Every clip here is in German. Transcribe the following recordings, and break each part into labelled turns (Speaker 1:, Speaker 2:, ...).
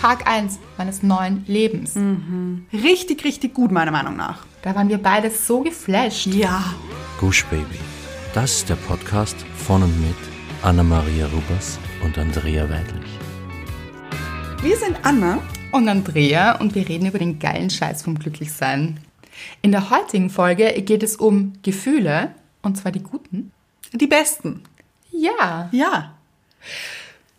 Speaker 1: Tag 1 meines neuen Lebens.
Speaker 2: Richtig, richtig gut, meiner Meinung nach.
Speaker 1: Da waren wir beide so geflasht.
Speaker 2: Ja.
Speaker 3: Gush Baby. Das ist der Podcast von und mit Anna-Maria Rubers und Andrea Weidlich.
Speaker 2: Wir sind Anna.
Speaker 1: Und Andrea und wir reden über den geilen Scheiß vom Glücklichsein. In der heutigen Folge geht es um Gefühle und zwar die guten.
Speaker 2: Die Besten.
Speaker 1: Ja,
Speaker 2: Ja.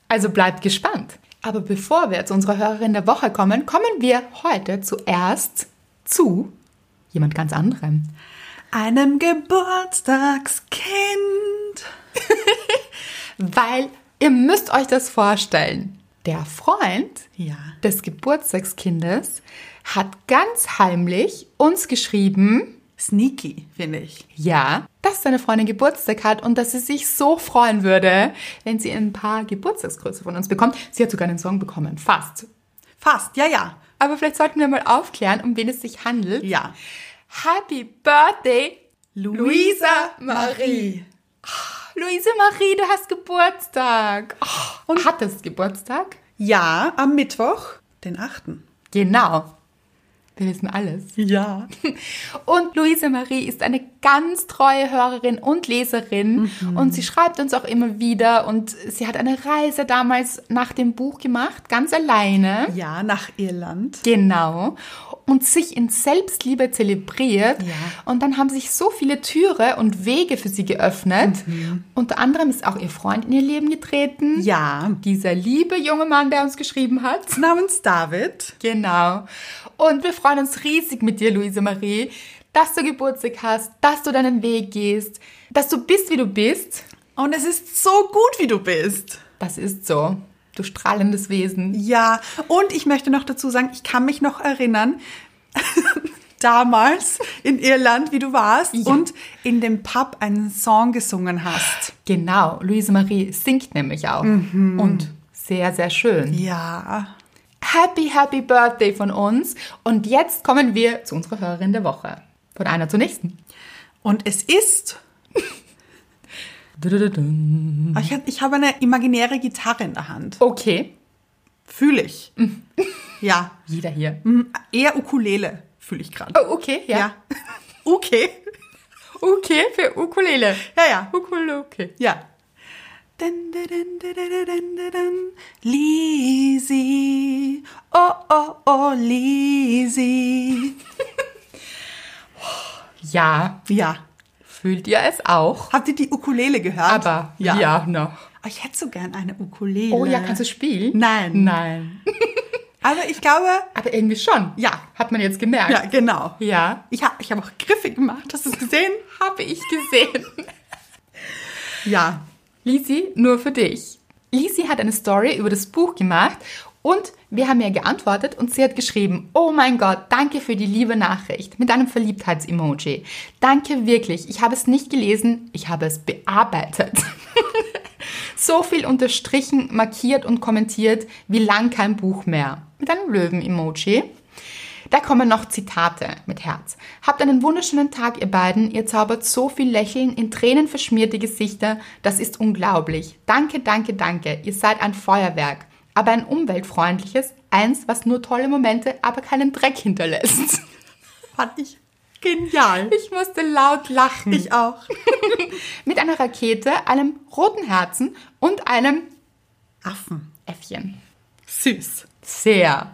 Speaker 1: also bleibt gespannt. Aber bevor wir zu unserer Hörerin der Woche kommen, kommen wir heute zuerst zu jemand ganz anderem.
Speaker 2: Einem Geburtstagskind.
Speaker 1: Weil ihr müsst euch das vorstellen. Der Freund
Speaker 2: Ja.
Speaker 1: des Geburtstagskindes hat ganz heimlich uns geschrieben,
Speaker 2: Sneaky, finde ich.
Speaker 1: ja, dass seine Freundin Geburtstag hat und dass sie sich so freuen würde, wenn sie ein paar Geburtstagsgrüße von uns bekommt. Sie hat sogar einen Song bekommen, fast.
Speaker 2: Fast, ja, ja.
Speaker 1: Aber vielleicht sollten wir mal aufklären, um wen es sich handelt.
Speaker 2: Ja.
Speaker 1: Happy Birthday, Luisa
Speaker 2: Marie.
Speaker 1: Luise Marie, du hast Geburtstag. Oh, und hattest Geburtstag?
Speaker 2: Ja, am Mittwoch, den 8.
Speaker 1: Genau. Wir wissen alles.
Speaker 2: Ja.
Speaker 1: Und Luise Marie ist eine ganz treue Hörerin und Leserin
Speaker 2: Mhm.
Speaker 1: und sie schreibt uns auch immer wieder und sie hat eine Reise damals nach dem Buch gemacht, ganz alleine.
Speaker 2: Ja, nach Irland.
Speaker 1: Genau. Und sich in Selbstliebe zelebriert.
Speaker 2: Ja.
Speaker 1: Und dann haben sich so viele Türe und Wege für sie geöffnet. Unter anderem ist auch ihr Freund in ihr Leben getreten.
Speaker 2: Mhm. Ja.
Speaker 1: Dieser liebe junge Mann, der uns geschrieben hat.
Speaker 2: Namens David.
Speaker 1: Genau. Und wir freuen uns riesig mit dir, Luise Marie, dass du Geburtstag hast, dass du deinen Weg gehst, dass du bist, wie du bist.
Speaker 2: Und es ist so gut, wie du bist.
Speaker 1: Das ist so. Du strahlendes Wesen.
Speaker 2: Ja, und ich möchte noch dazu sagen, ich kann mich noch erinnern, damals in Irland, wie du warst und in dem Pub einen Song gesungen hast.
Speaker 1: Genau. Luise Marie singt nämlich auch. Und sehr, sehr schön.
Speaker 2: Ja.
Speaker 1: Happy, happy Birthday von uns. Und jetzt kommen wir zu unserer Hörerin der Woche. Von einer zur nächsten.
Speaker 2: Und es ist,
Speaker 1: Mhm.
Speaker 2: ich, hab- ich habe eine imaginäre Gitarre in der Hand.
Speaker 1: Okay.
Speaker 2: Fühle ich.
Speaker 1: Mhm.
Speaker 2: Ja.
Speaker 1: Jeder hier.
Speaker 2: Hm, Eher Ukulele fühle ich gerade.
Speaker 1: Oh, okay, ja.
Speaker 2: Ja. Okay.
Speaker 1: Okay für Ukulele.
Speaker 2: Ja, ja.
Speaker 1: Ukulele, okay.
Speaker 2: Ja. Dun, dun, dun, dun, dun, dun, dun, dun. Lisi. Oh, oh, oh, Lisi.
Speaker 1: Ja,
Speaker 2: Ja.
Speaker 1: fühlt ihr es auch?
Speaker 2: Habt ihr die Ukulele gehört?
Speaker 1: Aber ja, ja noch.
Speaker 2: Oh, ich hätte so gern eine Ukulele.
Speaker 1: Oh ja, kannst du spielen?
Speaker 2: Nein.
Speaker 1: Nein.
Speaker 2: Aber Also ich glaube,
Speaker 1: Aber irgendwie schon.
Speaker 2: Ja.
Speaker 1: Hat man jetzt gemerkt.
Speaker 2: ja, genau.
Speaker 1: Ja,
Speaker 2: Ich, ha ich habe auch Griffe gemacht. Hast du es gesehen?
Speaker 1: habe ich gesehen.
Speaker 2: Ja.
Speaker 1: Lisi, nur für dich. Lisi hat eine Story über das Buch gemacht und wir haben ihr geantwortet und sie hat geschrieben, oh mein Gott, danke für die liebe Nachricht mit einem Verliebtheits-Emoji. Danke wirklich, ich habe es nicht gelesen, ich habe es bearbeitet. so viel unterstrichen, markiert und kommentiert, wie lang kein Buch mehr. Mit einem Löwen-Emoji. Da kommen noch Zitate mit Herz. Habt einen wunderschönen Tag, ihr beiden. Ihr zaubert so viel Lächeln in Tränen verschmierte Gesichter. Das ist unglaublich. Danke, danke, danke. Ihr seid ein Feuerwerk. Aber ein umweltfreundliches, eins, was nur tolle Momente, aber keinen Dreck hinterlässt.
Speaker 2: Fand ich genial.
Speaker 1: Ich musste laut lachen.
Speaker 2: Ich auch.
Speaker 1: Mit einer Rakete, einem roten Herzen und einem
Speaker 2: Affen.
Speaker 1: Äffchen.
Speaker 2: Süß.
Speaker 1: Sehr.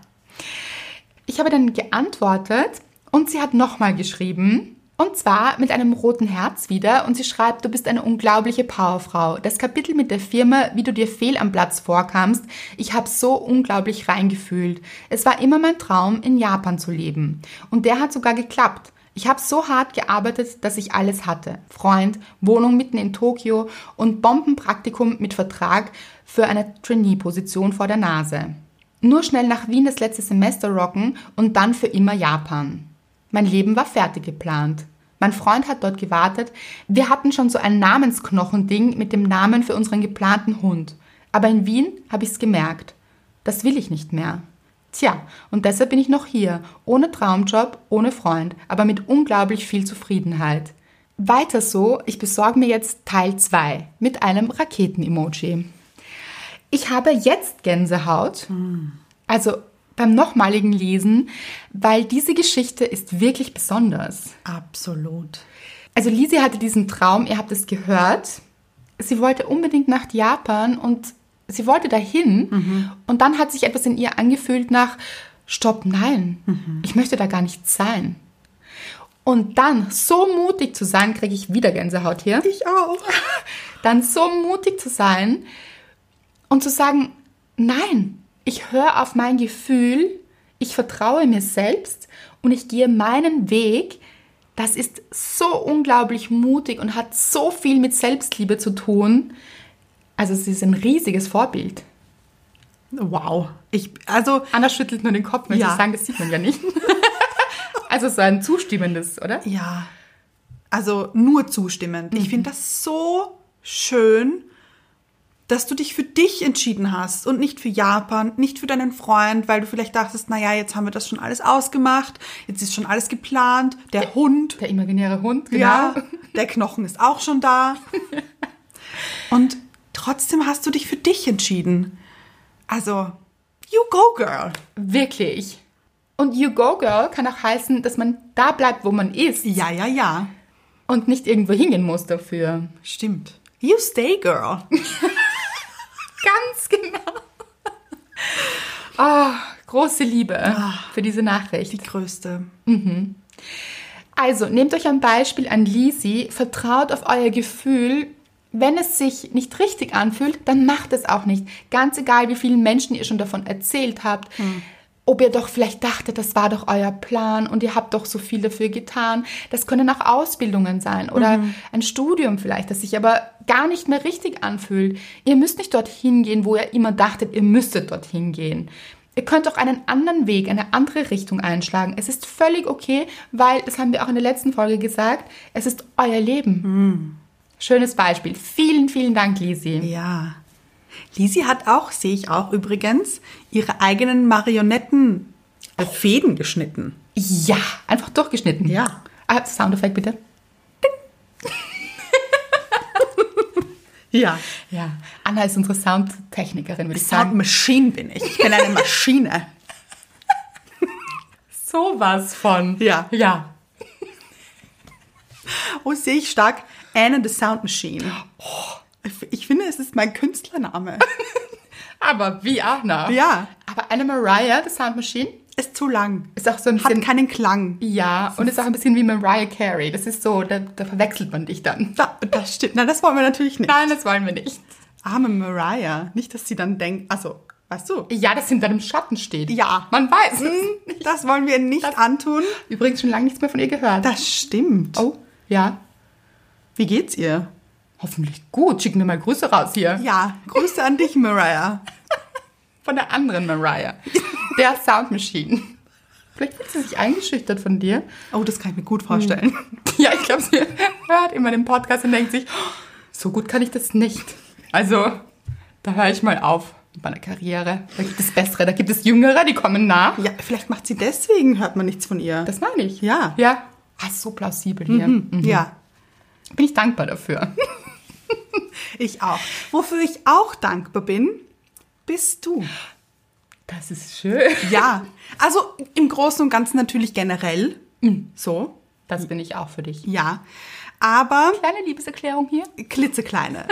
Speaker 1: Ich habe dann geantwortet und sie hat nochmal geschrieben. Und zwar mit einem roten Herz wieder und sie schreibt, du bist eine unglaubliche Powerfrau. Das Kapitel mit der Firma, wie du dir fehl am Platz vorkamst, ich habe so unglaublich reingefühlt. Es war immer mein Traum, in Japan zu leben. Und der hat sogar geklappt. Ich habe so hart gearbeitet, dass ich alles hatte. Freund, Wohnung mitten in Tokio und Bombenpraktikum mit Vertrag für eine Trainee-Position vor der Nase. Nur schnell nach Wien das letzte Semester rocken und dann für immer Japan. Mein Leben war fertig geplant. Mein Freund hat dort gewartet. Wir hatten schon so ein Namensknochending mit dem Namen für unseren geplanten Hund. Aber in Wien habe ich es gemerkt. Das will ich nicht mehr. Tja, und deshalb bin ich noch hier, ohne Traumjob, ohne Freund, aber mit unglaublich viel Zufriedenheit. Weiter so, ich besorge mir jetzt Teil 2 mit einem Raketen-Emoji. Ich habe jetzt Gänsehaut. Also beim nochmaligen Lesen, weil diese Geschichte ist wirklich besonders.
Speaker 2: Absolut.
Speaker 1: Also Lisi hatte diesen Traum, ihr habt es gehört. Sie wollte unbedingt nach Japan und sie wollte dahin. Und dann hat sich etwas in ihr angefühlt nach, stopp, nein, ich möchte da gar nicht sein. Und dann so mutig zu sein, kriege ich wieder Gänsehaut hier
Speaker 2: Ich auch.
Speaker 1: dann so mutig zu sein und zu sagen, nein, ich höre auf mein Gefühl, ich vertraue mir selbst und ich gehe meinen Weg, das ist so unglaublich mutig und hat so viel mit Selbstliebe zu tun. Also sie ist ein riesiges Vorbild.
Speaker 2: Wow. Ich, also,
Speaker 1: Anna schüttelt nur den Kopf, möchte
Speaker 2: Ja.
Speaker 1: ich sagen, das sieht man ja nicht. also so ein zustimmendes, oder?
Speaker 2: ja. Also nur zustimmend. Ich finde das so schön, dass du dich für dich entschieden hast und nicht für Japan, nicht für deinen Freund, weil du vielleicht dachtest, naja, jetzt haben wir das schon alles ausgemacht, jetzt ist schon alles geplant, der, Hund,
Speaker 1: Der imaginäre Hund, genau.
Speaker 2: ja, der Knochen ist auch schon da. und trotzdem hast du dich für dich entschieden. Also, you go, girl.
Speaker 1: Wirklich. Und You Go Girl kann auch heißen, dass man da bleibt, wo man ist.
Speaker 2: Ja, ja, ja.
Speaker 1: Und nicht irgendwo hingehen muss dafür.
Speaker 2: Stimmt. You stay, girl.
Speaker 1: Ganz genau. Ah, große Liebe für diese Nachricht.
Speaker 2: Die größte.
Speaker 1: Also, nehmt euch ein Beispiel an Lisi, vertraut auf euer Gefühl. Wenn es sich nicht richtig anfühlt, dann macht es auch nicht. Ganz egal, wie vielen Menschen ihr schon davon erzählt habt. Ob ihr doch vielleicht dachtet, das war doch euer Plan und ihr habt doch so viel dafür getan. Das können auch Ausbildungen sein oder ein Studium vielleicht, das sich aber gar nicht mehr richtig anfühlt. Ihr müsst nicht dorthin gehen, wo ihr immer dachtet, ihr müsstet dorthin gehen. Ihr könnt auch einen anderen Weg, eine andere Richtung einschlagen. Es ist völlig okay, weil, das haben wir auch in der letzten Folge gesagt, es ist euer Leben. Hm. Schönes Beispiel. Vielen, vielen Dank, Lisi.
Speaker 2: Ja. Lisi hat auch, sehe ich auch übrigens, ihre eigenen Marionetten auf Fäden geschnitten.
Speaker 1: Ja, einfach durchgeschnitten.
Speaker 2: Ja.
Speaker 1: Ah, Soundeffekt bitte.
Speaker 2: Ja.
Speaker 1: Ja. Anna ist unsere Soundtechnikerin, würde ich
Speaker 2: Sound
Speaker 1: sagen.
Speaker 2: Machine bin ich. Ich bin eine Maschine.
Speaker 1: Sowas von.
Speaker 2: Ja.
Speaker 1: Ja.
Speaker 2: Oh, sehe ich stark. Anne the Sound Machine. Ich- Oh. Ich finde, es ist mein Künstlername.
Speaker 1: Aber wie Anna.
Speaker 2: Ja.
Speaker 1: Aber Anna Mariah, The Sound Machine,
Speaker 2: Ist zu lang.
Speaker 1: ist auch so ein
Speaker 2: Hat
Speaker 1: bisschen...
Speaker 2: keinen Klang.
Speaker 1: ja, und ist auch ein bisschen wie Mariah Carey. Das ist so, da, da verwechselt man dich dann.
Speaker 2: Da, das stimmt. Na, das wollen wir natürlich nicht.
Speaker 1: Nein, das wollen wir nicht.
Speaker 2: Arme Mariah. Nicht, dass sie dann denkt, also, weißt du,
Speaker 1: Ja, das hinter dem Schatten steht.
Speaker 2: Ja. Mhm.
Speaker 1: Man weiß. es.
Speaker 2: das wollen wir nicht
Speaker 1: Das-
Speaker 2: antun.
Speaker 1: Übrigens schon lange nichts mehr von ihr gehört.
Speaker 2: Das stimmt.
Speaker 1: Oh, ja.
Speaker 2: Wie geht's ihr?
Speaker 1: Hoffentlich gut. Schick mir mal Grüße raus hier.
Speaker 2: Ja, Grüße an dich, Mariah.
Speaker 1: Von der anderen Mariah. der Sound Machine. Vielleicht fühlt sie sich eingeschüchtert von dir.
Speaker 2: Oh, das kann ich mir gut vorstellen.
Speaker 1: Ja, ich glaube, sie hört immer den Podcast und denkt sich, "Oh, so gut kann ich das nicht. Also, da höre ich mal auf mit meiner Karriere. Da gibt es Bessere, da gibt es Jüngere, die kommen nach.
Speaker 2: Ja, vielleicht macht sie deswegen, hört man nichts von ihr. Mhm.
Speaker 1: Das meine ich.
Speaker 2: Ja.
Speaker 1: Ja. Ah, so plausibel hier.
Speaker 2: Ja,
Speaker 1: Bin ich dankbar dafür.
Speaker 2: ich auch. Wofür ich auch dankbar bin, bist du.
Speaker 1: Das ist schön.
Speaker 2: Ja, also im Großen und Ganzen natürlich generell. So,
Speaker 1: Das bin ich auch für dich.
Speaker 2: ja. Aber
Speaker 1: Kleine Liebeserklärung hier.
Speaker 2: klitzekleine.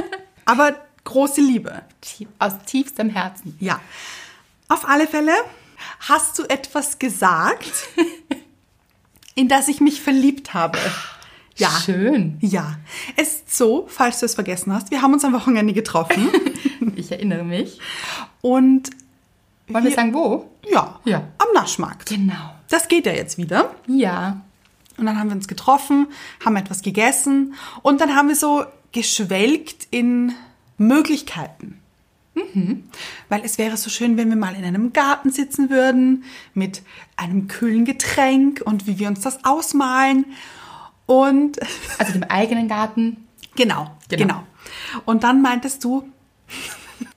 Speaker 2: aber große Liebe.
Speaker 1: Tief, aus tiefstem Herzen.
Speaker 2: Ja. Auf alle Fälle hast du etwas gesagt, in das ich mich verliebt habe. Ja.
Speaker 1: Schön.
Speaker 2: Ja. Es ist so, falls du es vergessen hast, wir haben uns am Wochenende getroffen
Speaker 1: Ich erinnere mich.
Speaker 2: und
Speaker 1: Wollen wir sagen, wo?
Speaker 2: ja,
Speaker 1: Ja.
Speaker 2: am Naschmarkt.
Speaker 1: Genau.
Speaker 2: Das geht ja jetzt wieder.
Speaker 1: Ja.
Speaker 2: Und dann haben wir uns getroffen, haben etwas gegessen und dann haben wir so geschwelgt in Möglichkeiten.
Speaker 1: Mhm.
Speaker 2: Weil es wäre so schön, wenn wir mal in einem Garten sitzen würden mit einem kühlen Getränk und wie wir uns das ausmalen. Und
Speaker 1: Also dem eigenen Garten.
Speaker 2: Genau,
Speaker 1: Genau.
Speaker 2: genau. Und dann meintest du,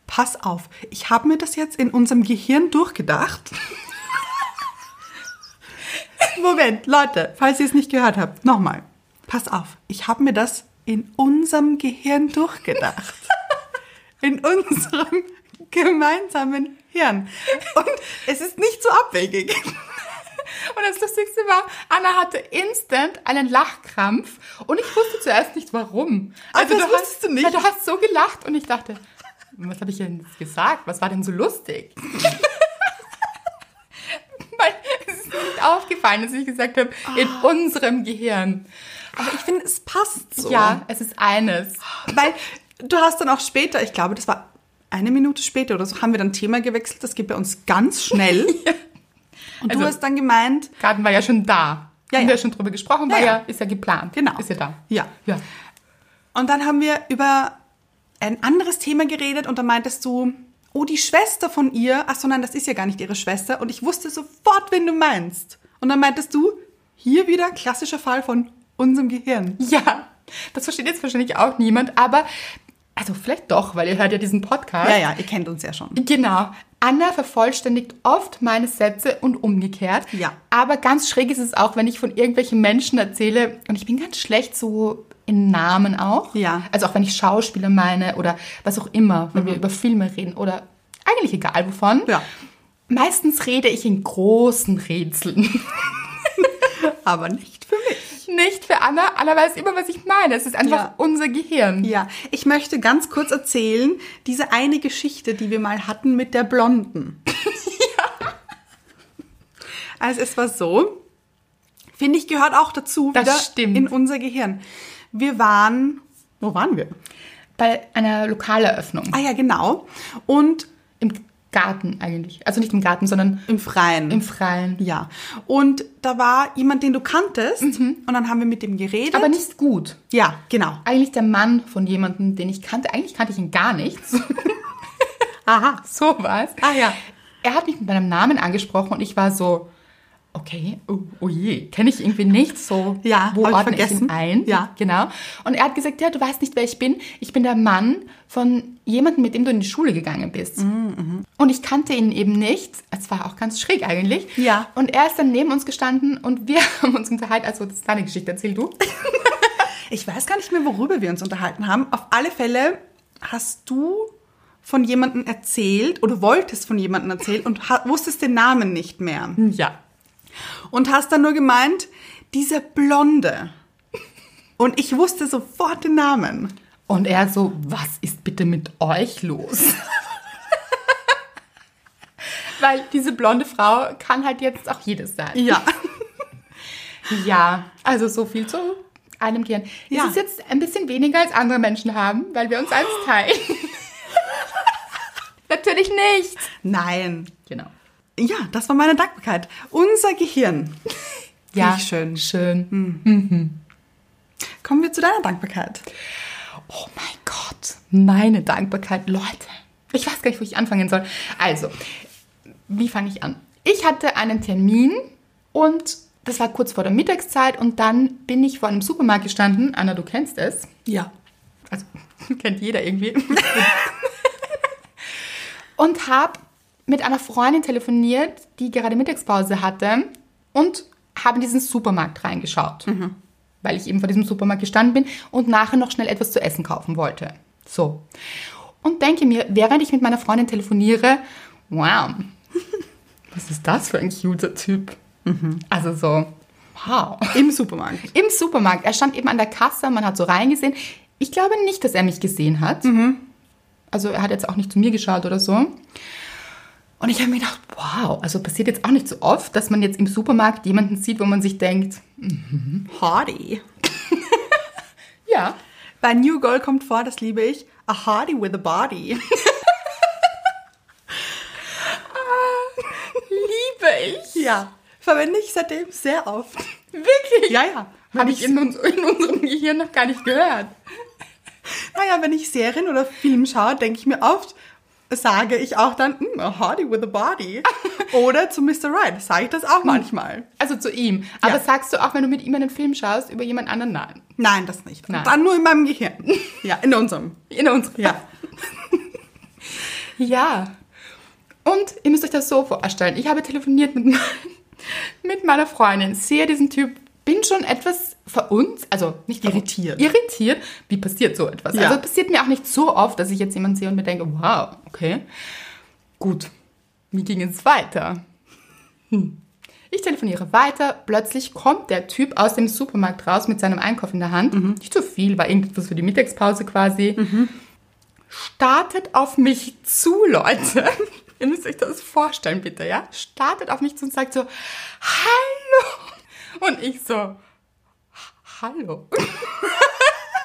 Speaker 2: pass auf, ich habe mir das jetzt in unserem Gehirn durchgedacht. Moment, Leute, falls ihr es nicht gehört habt, nochmal. Pass auf, ich habe mir das in unserem Gehirn durchgedacht. In unserem gemeinsamen Hirn. Und es ist nicht so abwegig.
Speaker 1: Und das Lustigste war, Anna hatte instant einen Lachkrampf und ich wusste zuerst nicht warum.
Speaker 2: Ach, Also das
Speaker 1: hast-
Speaker 2: wusstest du nicht?
Speaker 1: Ja, du hast so gelacht und ich dachte, was habe ich denn gesagt? Was war denn so lustig? Weil es ist mir nicht aufgefallen, dass ich gesagt habe, in unserem Gehirn.
Speaker 2: Aber ich finde, es passt so.
Speaker 1: Ja, es ist eines.
Speaker 2: Weil du hast dann auch später, ich glaube, das war eine Minute später oder so, haben wir dann Thema gewechselt. Das geht bei uns ganz schnell. Und du
Speaker 1: Also-
Speaker 2: hast dann gemeint,
Speaker 1: Garten war ja schon da.
Speaker 2: Ja,
Speaker 1: Haben wir
Speaker 2: ja.
Speaker 1: ja schon drüber gesprochen,
Speaker 2: Ja,
Speaker 1: war ja,
Speaker 2: ja.
Speaker 1: ist ja geplant.
Speaker 2: Genau.
Speaker 1: Ist ja da.
Speaker 2: Ja.
Speaker 1: Ja.
Speaker 2: und dann haben wir über ein anderes Thema geredet und dann meintest du, oh, die Schwester von ihr, ach so, nein, das ist ja gar nicht ihre Schwester. Und ich wusste sofort, wen du meinst. Und dann meintest du, hier wieder klassischer Fall von unserem Gehirn.
Speaker 1: Ja, das versteht jetzt wahrscheinlich auch niemand, aber also vielleicht doch, weil ihr hört ja diesen Podcast.
Speaker 2: Ja, ja, ihr kennt uns ja schon.
Speaker 1: Genau. Anna vervollständigt oft meine Sätze und umgekehrt.
Speaker 2: Ja.
Speaker 1: Aber ganz schräg ist es auch, wenn ich von irgendwelchen Menschen erzähle und ich bin ganz schlecht so in Namen auch.
Speaker 2: Ja. Mhm.
Speaker 1: Also auch wenn ich Schauspieler meine oder was auch immer, wenn wir über Filme reden oder eigentlich egal wovon.
Speaker 2: Ja.
Speaker 1: Meistens rede ich in großen Rätseln.
Speaker 2: Aber nicht für mich.
Speaker 1: Nicht für Anna. Anna weiß immer, was ich meine. Es ist einfach
Speaker 2: Ja.
Speaker 1: unser Gehirn.
Speaker 2: Ja, ich möchte ganz kurz erzählen, diese eine Geschichte, die wir mal hatten mit der Blonden. Also es war so, finde ich, gehört auch dazu,
Speaker 1: Das
Speaker 2: wieder
Speaker 1: stimmt.
Speaker 2: in unser Gehirn. Wir waren, wo waren wir?
Speaker 1: Bei einer Lokaleröffnung.
Speaker 2: Ah ja, genau. Und
Speaker 1: Im Garten eigentlich. Also nicht im Garten, sondern
Speaker 2: im Freien.
Speaker 1: im Freien.
Speaker 2: ja. Und da war jemand, den du kanntest. Und dann haben wir mit dem geredet.
Speaker 1: Mhm. Aber nicht gut.
Speaker 2: ja, genau.
Speaker 1: Eigentlich der Mann von jemandem, den ich kannte. Eigentlich kannte ich ihn gar nicht.
Speaker 2: Aha.
Speaker 1: So war's.
Speaker 2: Ah ja.
Speaker 1: Er hat mich mit meinem Namen angesprochen und ich war so, okay, oh, oh je, kenne ich irgendwie nicht so.
Speaker 2: Ja,
Speaker 1: wo
Speaker 2: hab ich
Speaker 1: ordne ich ihn
Speaker 2: vergessen.
Speaker 1: ein?
Speaker 2: Ja.
Speaker 1: Genau. Und er hat gesagt, ja, du weißt nicht, wer ich bin. Ich bin der Mann von jemandem, mit dem du in die Schule gegangen bist.
Speaker 2: Mhm,
Speaker 1: Und ich kannte ihn eben nicht. Es war auch ganz schräg eigentlich.
Speaker 2: Ja.
Speaker 1: Und er ist dann neben uns gestanden und wir haben uns unterhalten. Also, das ist deine Geschichte, erzähl du.
Speaker 2: Ich weiß gar nicht mehr, worüber wir uns unterhalten haben. Auf alle Fälle hast du von jemandem erzählt oder wolltest von jemandem erzählen und ha- wusstest den Namen nicht mehr.
Speaker 1: Ja.
Speaker 2: Und hast dann nur gemeint, diese Blonde. Und ich wusste sofort den Namen.
Speaker 1: Und er so, was ist bitte mit euch los? Weil diese blonde Frau kann halt jetzt auch jedes sein.
Speaker 2: Ja.
Speaker 1: Ja, also so viel zu einem Gehirn.
Speaker 2: Ja.
Speaker 1: Es ist jetzt ein bisschen weniger als andere Menschen haben, weil wir uns eins teilen. Natürlich nicht.
Speaker 2: Nein.
Speaker 1: Genau.
Speaker 2: Ja, das war meine Dankbarkeit. Unser Gehirn. Finde ich schön.
Speaker 1: Schön.
Speaker 2: Kommen wir zu deiner Dankbarkeit.
Speaker 1: Oh mein Gott, meine Dankbarkeit, Leute. Ich weiß gar nicht, wo ich anfangen soll. Also, wie fange ich an? Ich hatte einen Termin und das war kurz vor der Mittagszeit und dann bin ich vor einem Supermarkt gestanden. Anna, du kennst es.
Speaker 2: Ja.
Speaker 1: Also, kennt jeder irgendwie. und habe mit einer Freundin telefoniert, die gerade Mittagspause hatte und habe in diesen Supermarkt reingeschaut, weil ich eben vor diesem Supermarkt gestanden bin und nachher noch schnell etwas zu essen kaufen wollte. So. Und denke mir, während ich mit meiner Freundin telefoniere, wow, was ist das für ein cuter Typ? Also so, wow.
Speaker 2: Im Supermarkt.
Speaker 1: Im Supermarkt. Er stand eben an der Kasse, man hat so reingesehen. Ich glaube nicht, dass er mich gesehen hat. Also er hat jetzt auch nicht zu mir geschaut oder so. Und ich habe mir gedacht, wow, also passiert jetzt auch nicht so oft, dass man jetzt im Supermarkt jemanden sieht, wo man sich denkt,
Speaker 2: Hardy.
Speaker 1: ja,
Speaker 2: Bei New Girl kommt vor, das liebe ich. A Hardy with a body.
Speaker 1: liebe ich.
Speaker 2: Ja, verwende ich seitdem sehr oft.
Speaker 1: Wirklich?
Speaker 2: Ja, ja.
Speaker 1: Habe ich in, uns, in unserem Gehirn noch gar nicht gehört.
Speaker 2: Naja, wenn ich Serien oder Film schaue, denke ich mir oft, sage ich auch dann, "Mm, a Hardy with a body. oder zu Mr. Right sage ich das auch manchmal.
Speaker 1: Also zu ihm. Aber
Speaker 2: Ja.
Speaker 1: sagst du auch, wenn du mit ihm einen Film schaust, über jemand anderen? Nein.
Speaker 2: Nein, das nicht.
Speaker 1: Nein.
Speaker 2: Dann nur in meinem Gehirn. Ja, in unserem.
Speaker 1: In unserem.
Speaker 2: Ja.
Speaker 1: Ja. Und ihr müsst euch das so vorstellen. Ich habe telefoniert mit, mit meiner Freundin, sehe diesen Typ, bin schon etwas ver uns, also nicht ver-
Speaker 2: Irritiert.
Speaker 1: irritiert, wie passiert so etwas?
Speaker 2: Ja.
Speaker 1: Also passiert mir auch nicht so oft, dass ich jetzt jemanden sehe und mir denke, wow, okay, gut, wie ging es weiter? Hm. Ich telefoniere weiter, plötzlich kommt der Typ aus dem Supermarkt raus mit seinem Einkauf in der Hand.
Speaker 2: Mhm.
Speaker 1: Nicht so viel, war irgendwas für die Mittagspause quasi. Startet auf mich zu, Leute. Ihr müsst euch das vorstellen, bitte, ja? Startet auf mich zu und sagt so, hallo. Und ich so, Hallo.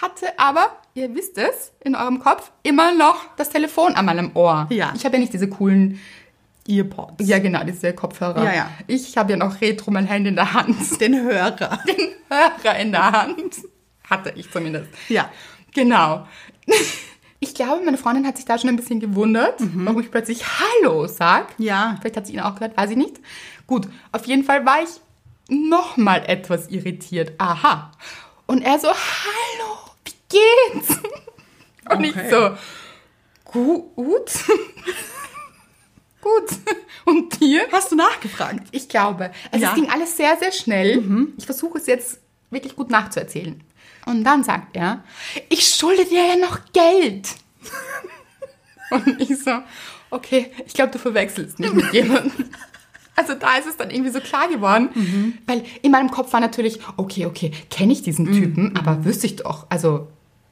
Speaker 1: Hatte aber, ihr wisst es, in eurem Kopf immer noch das Telefon an meinem Ohr.
Speaker 2: Ja.
Speaker 1: Ich habe ja nicht diese coolen,
Speaker 2: Earpods.
Speaker 1: ja genau, diese Kopfhörer.
Speaker 2: Ja, ja.
Speaker 1: Ich habe ja noch Retro mein Handy in der Hand,
Speaker 2: Den Hörer.
Speaker 1: den Hörer in der Hand. Hatte ich zumindest.
Speaker 2: Ja.
Speaker 1: Genau. Ich glaube, meine Freundin hat sich da schon ein bisschen gewundert, warum ich plötzlich Hallo sag.
Speaker 2: Mhm. Ja.
Speaker 1: Vielleicht hat sie ihn auch gehört, weiß ich nicht. Gut, auf jeden Fall war ich nochmal etwas irritiert. Aha. Und er so, Hallo, wie geht's? Und
Speaker 2: Okay.
Speaker 1: ich so, "Gu- gut. gut. Und dir?
Speaker 2: Hast du nachgefragt?
Speaker 1: Ich glaube. Also
Speaker 2: Ja.
Speaker 1: es ging alles sehr, sehr schnell. Ich versuche es jetzt wirklich gut nachzuerzählen. Und dann sagt er, ich schulde dir ja noch Geld. Und ich so, okay, ich glaube, du verwechselst mich mit jemandem. Also da ist es dann irgendwie so klar geworden, weil in meinem Kopf war natürlich, okay, okay, kenne ich diesen Typen, aber wüsste ich doch, also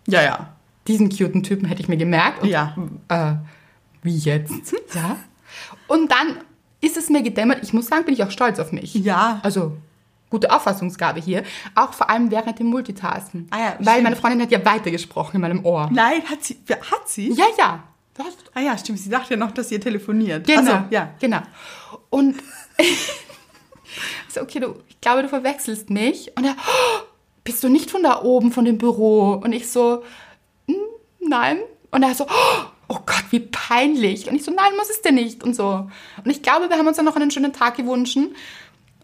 Speaker 2: Ja, ja.
Speaker 1: diesen cuten Typen hätte ich mir gemerkt. Und,
Speaker 2: Ja.
Speaker 1: Äh, wie jetzt? Ja. Und dann ist es mir gedämmert. Ich muss sagen, bin ich auch stolz auf mich.
Speaker 2: Ja.
Speaker 1: Also, gute Auffassungsgabe hier. Auch vor allem während dem Multitasken.
Speaker 2: Ah ja,
Speaker 1: Weil
Speaker 2: stimmt.
Speaker 1: meine Freundin hat ja weitergesprochen in meinem Ohr.
Speaker 2: Nein, hat sie. ja, Hat sie?
Speaker 1: Ja, ja. Du hast
Speaker 2: Ah ja, stimmt. Sie dachte ja noch, dass ihr telefoniert.
Speaker 1: Genau,
Speaker 2: Also, ja.
Speaker 1: genau. Und ich so, okay, du, ich glaube, du verwechselst mich. Und er, oh, bist du nicht von da oben, von dem Büro? Und ich so, "Mm, nein. Und er so, oh, oh Gott, wie peinlich. Und ich so, nein, muss es denn nicht. Und so. Und ich glaube, wir haben uns dann noch einen schönen Tag gewünscht.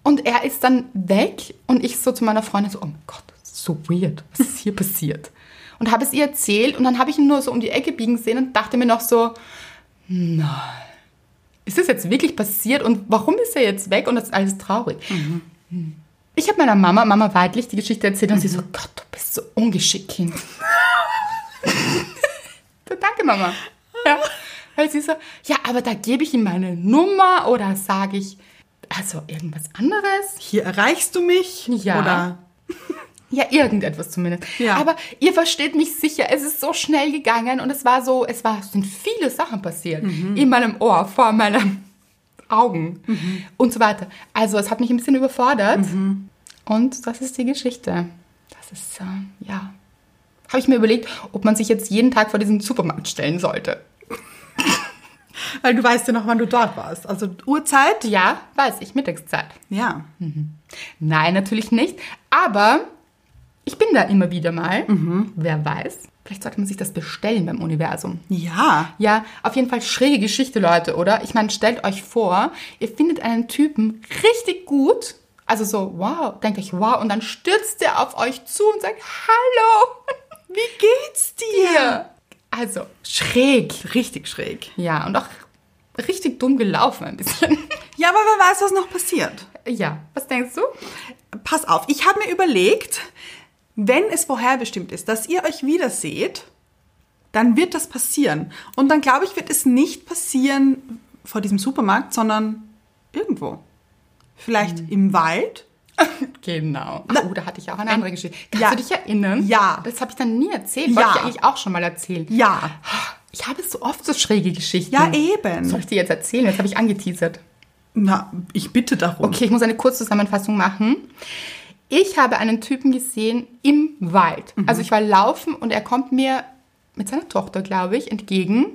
Speaker 1: Und er ist dann weg und ich so zu meiner Freundin so, oh mein Gott, so weird, was ist hier passiert? Und habe es ihr erzählt und dann habe ich ihn nur so um die Ecke biegen sehen und dachte mir noch so, nein, ist das jetzt wirklich passiert und warum ist er jetzt weg und das ist alles traurig? Ich habe meiner Mama, Mama Weidlich, die Geschichte erzählt und sie so, Gott, du bist so ungeschickt, Kind. so, danke, Mama. Ja. Weil sie so, ja, aber da gebe ich ihm meine Nummer oder sage ich, also irgendwas anderes.
Speaker 2: Hier erreichst du mich?
Speaker 1: Ja.
Speaker 2: Oder?
Speaker 1: Ja, irgendetwas zumindest.
Speaker 2: Ja.
Speaker 1: Aber ihr versteht mich sicher, es ist so schnell gegangen und es war so, es war, es sind viele Sachen passiert. In meinem Ohr, vor meinen Augen und so weiter. Also es hat mich ein bisschen überfordert. Und das ist die Geschichte. Das ist, äh, ja. Habe ich mir überlegt, ob man sich jetzt jeden Tag vor diesen Supermarkt stellen sollte.
Speaker 2: Weil du weißt ja noch, wann du dort warst. Also Uhrzeit?
Speaker 1: Ja, weiß ich, Mittagszeit.
Speaker 2: Ja.
Speaker 1: Nein, natürlich nicht. Aber ich bin da immer wieder mal. Wer weiß. Vielleicht sollte man sich das bestellen beim Universum.
Speaker 2: Ja.
Speaker 1: Ja, auf jeden Fall schräge Geschichte, Leute, oder? Ich meine, stellt euch vor, ihr findet einen Typen richtig gut. Also so, wow, denkt euch, wow. Und dann stürzt er auf euch zu und sagt, hallo,
Speaker 2: Wie geht's dir?
Speaker 1: hier. Also, schräg.
Speaker 2: Richtig schräg.
Speaker 1: Ja, und auch richtig dumm gelaufen ein bisschen.
Speaker 2: Ja, aber wer weiß, was noch passiert.
Speaker 1: ja, was denkst du?
Speaker 2: Pass auf, ich habe mir überlegt, wenn es vorherbestimmt ist, dass ihr euch wieder seht, dann wird das passieren. Und dann glaube ich, wird es nicht passieren vor diesem Supermarkt, sondern irgendwo. Vielleicht im Wald.
Speaker 1: Genau.
Speaker 2: Na-
Speaker 1: oh, da hatte ich auch eine andere Geschichte. Kannst
Speaker 2: Ja.
Speaker 1: du dich erinnern?
Speaker 2: Ja.
Speaker 1: Das habe ich dann nie erzählt. Wollte
Speaker 2: Ja.
Speaker 1: ich eigentlich auch schon mal erzählen.
Speaker 2: Ja.
Speaker 1: Ich habe so oft so schräge Geschichten.
Speaker 2: Ja, eben.
Speaker 1: Soll ich dir jetzt erzählen? Jetzt habe ich angeteasert.
Speaker 2: Na, ich bitte darum.
Speaker 1: Okay, ich muss eine Kurzzusammenfassung machen. Ich habe einen Typen gesehen im Wald. Also ich war laufen und er kommt mir mit seiner Tochter, glaube ich, entgegen,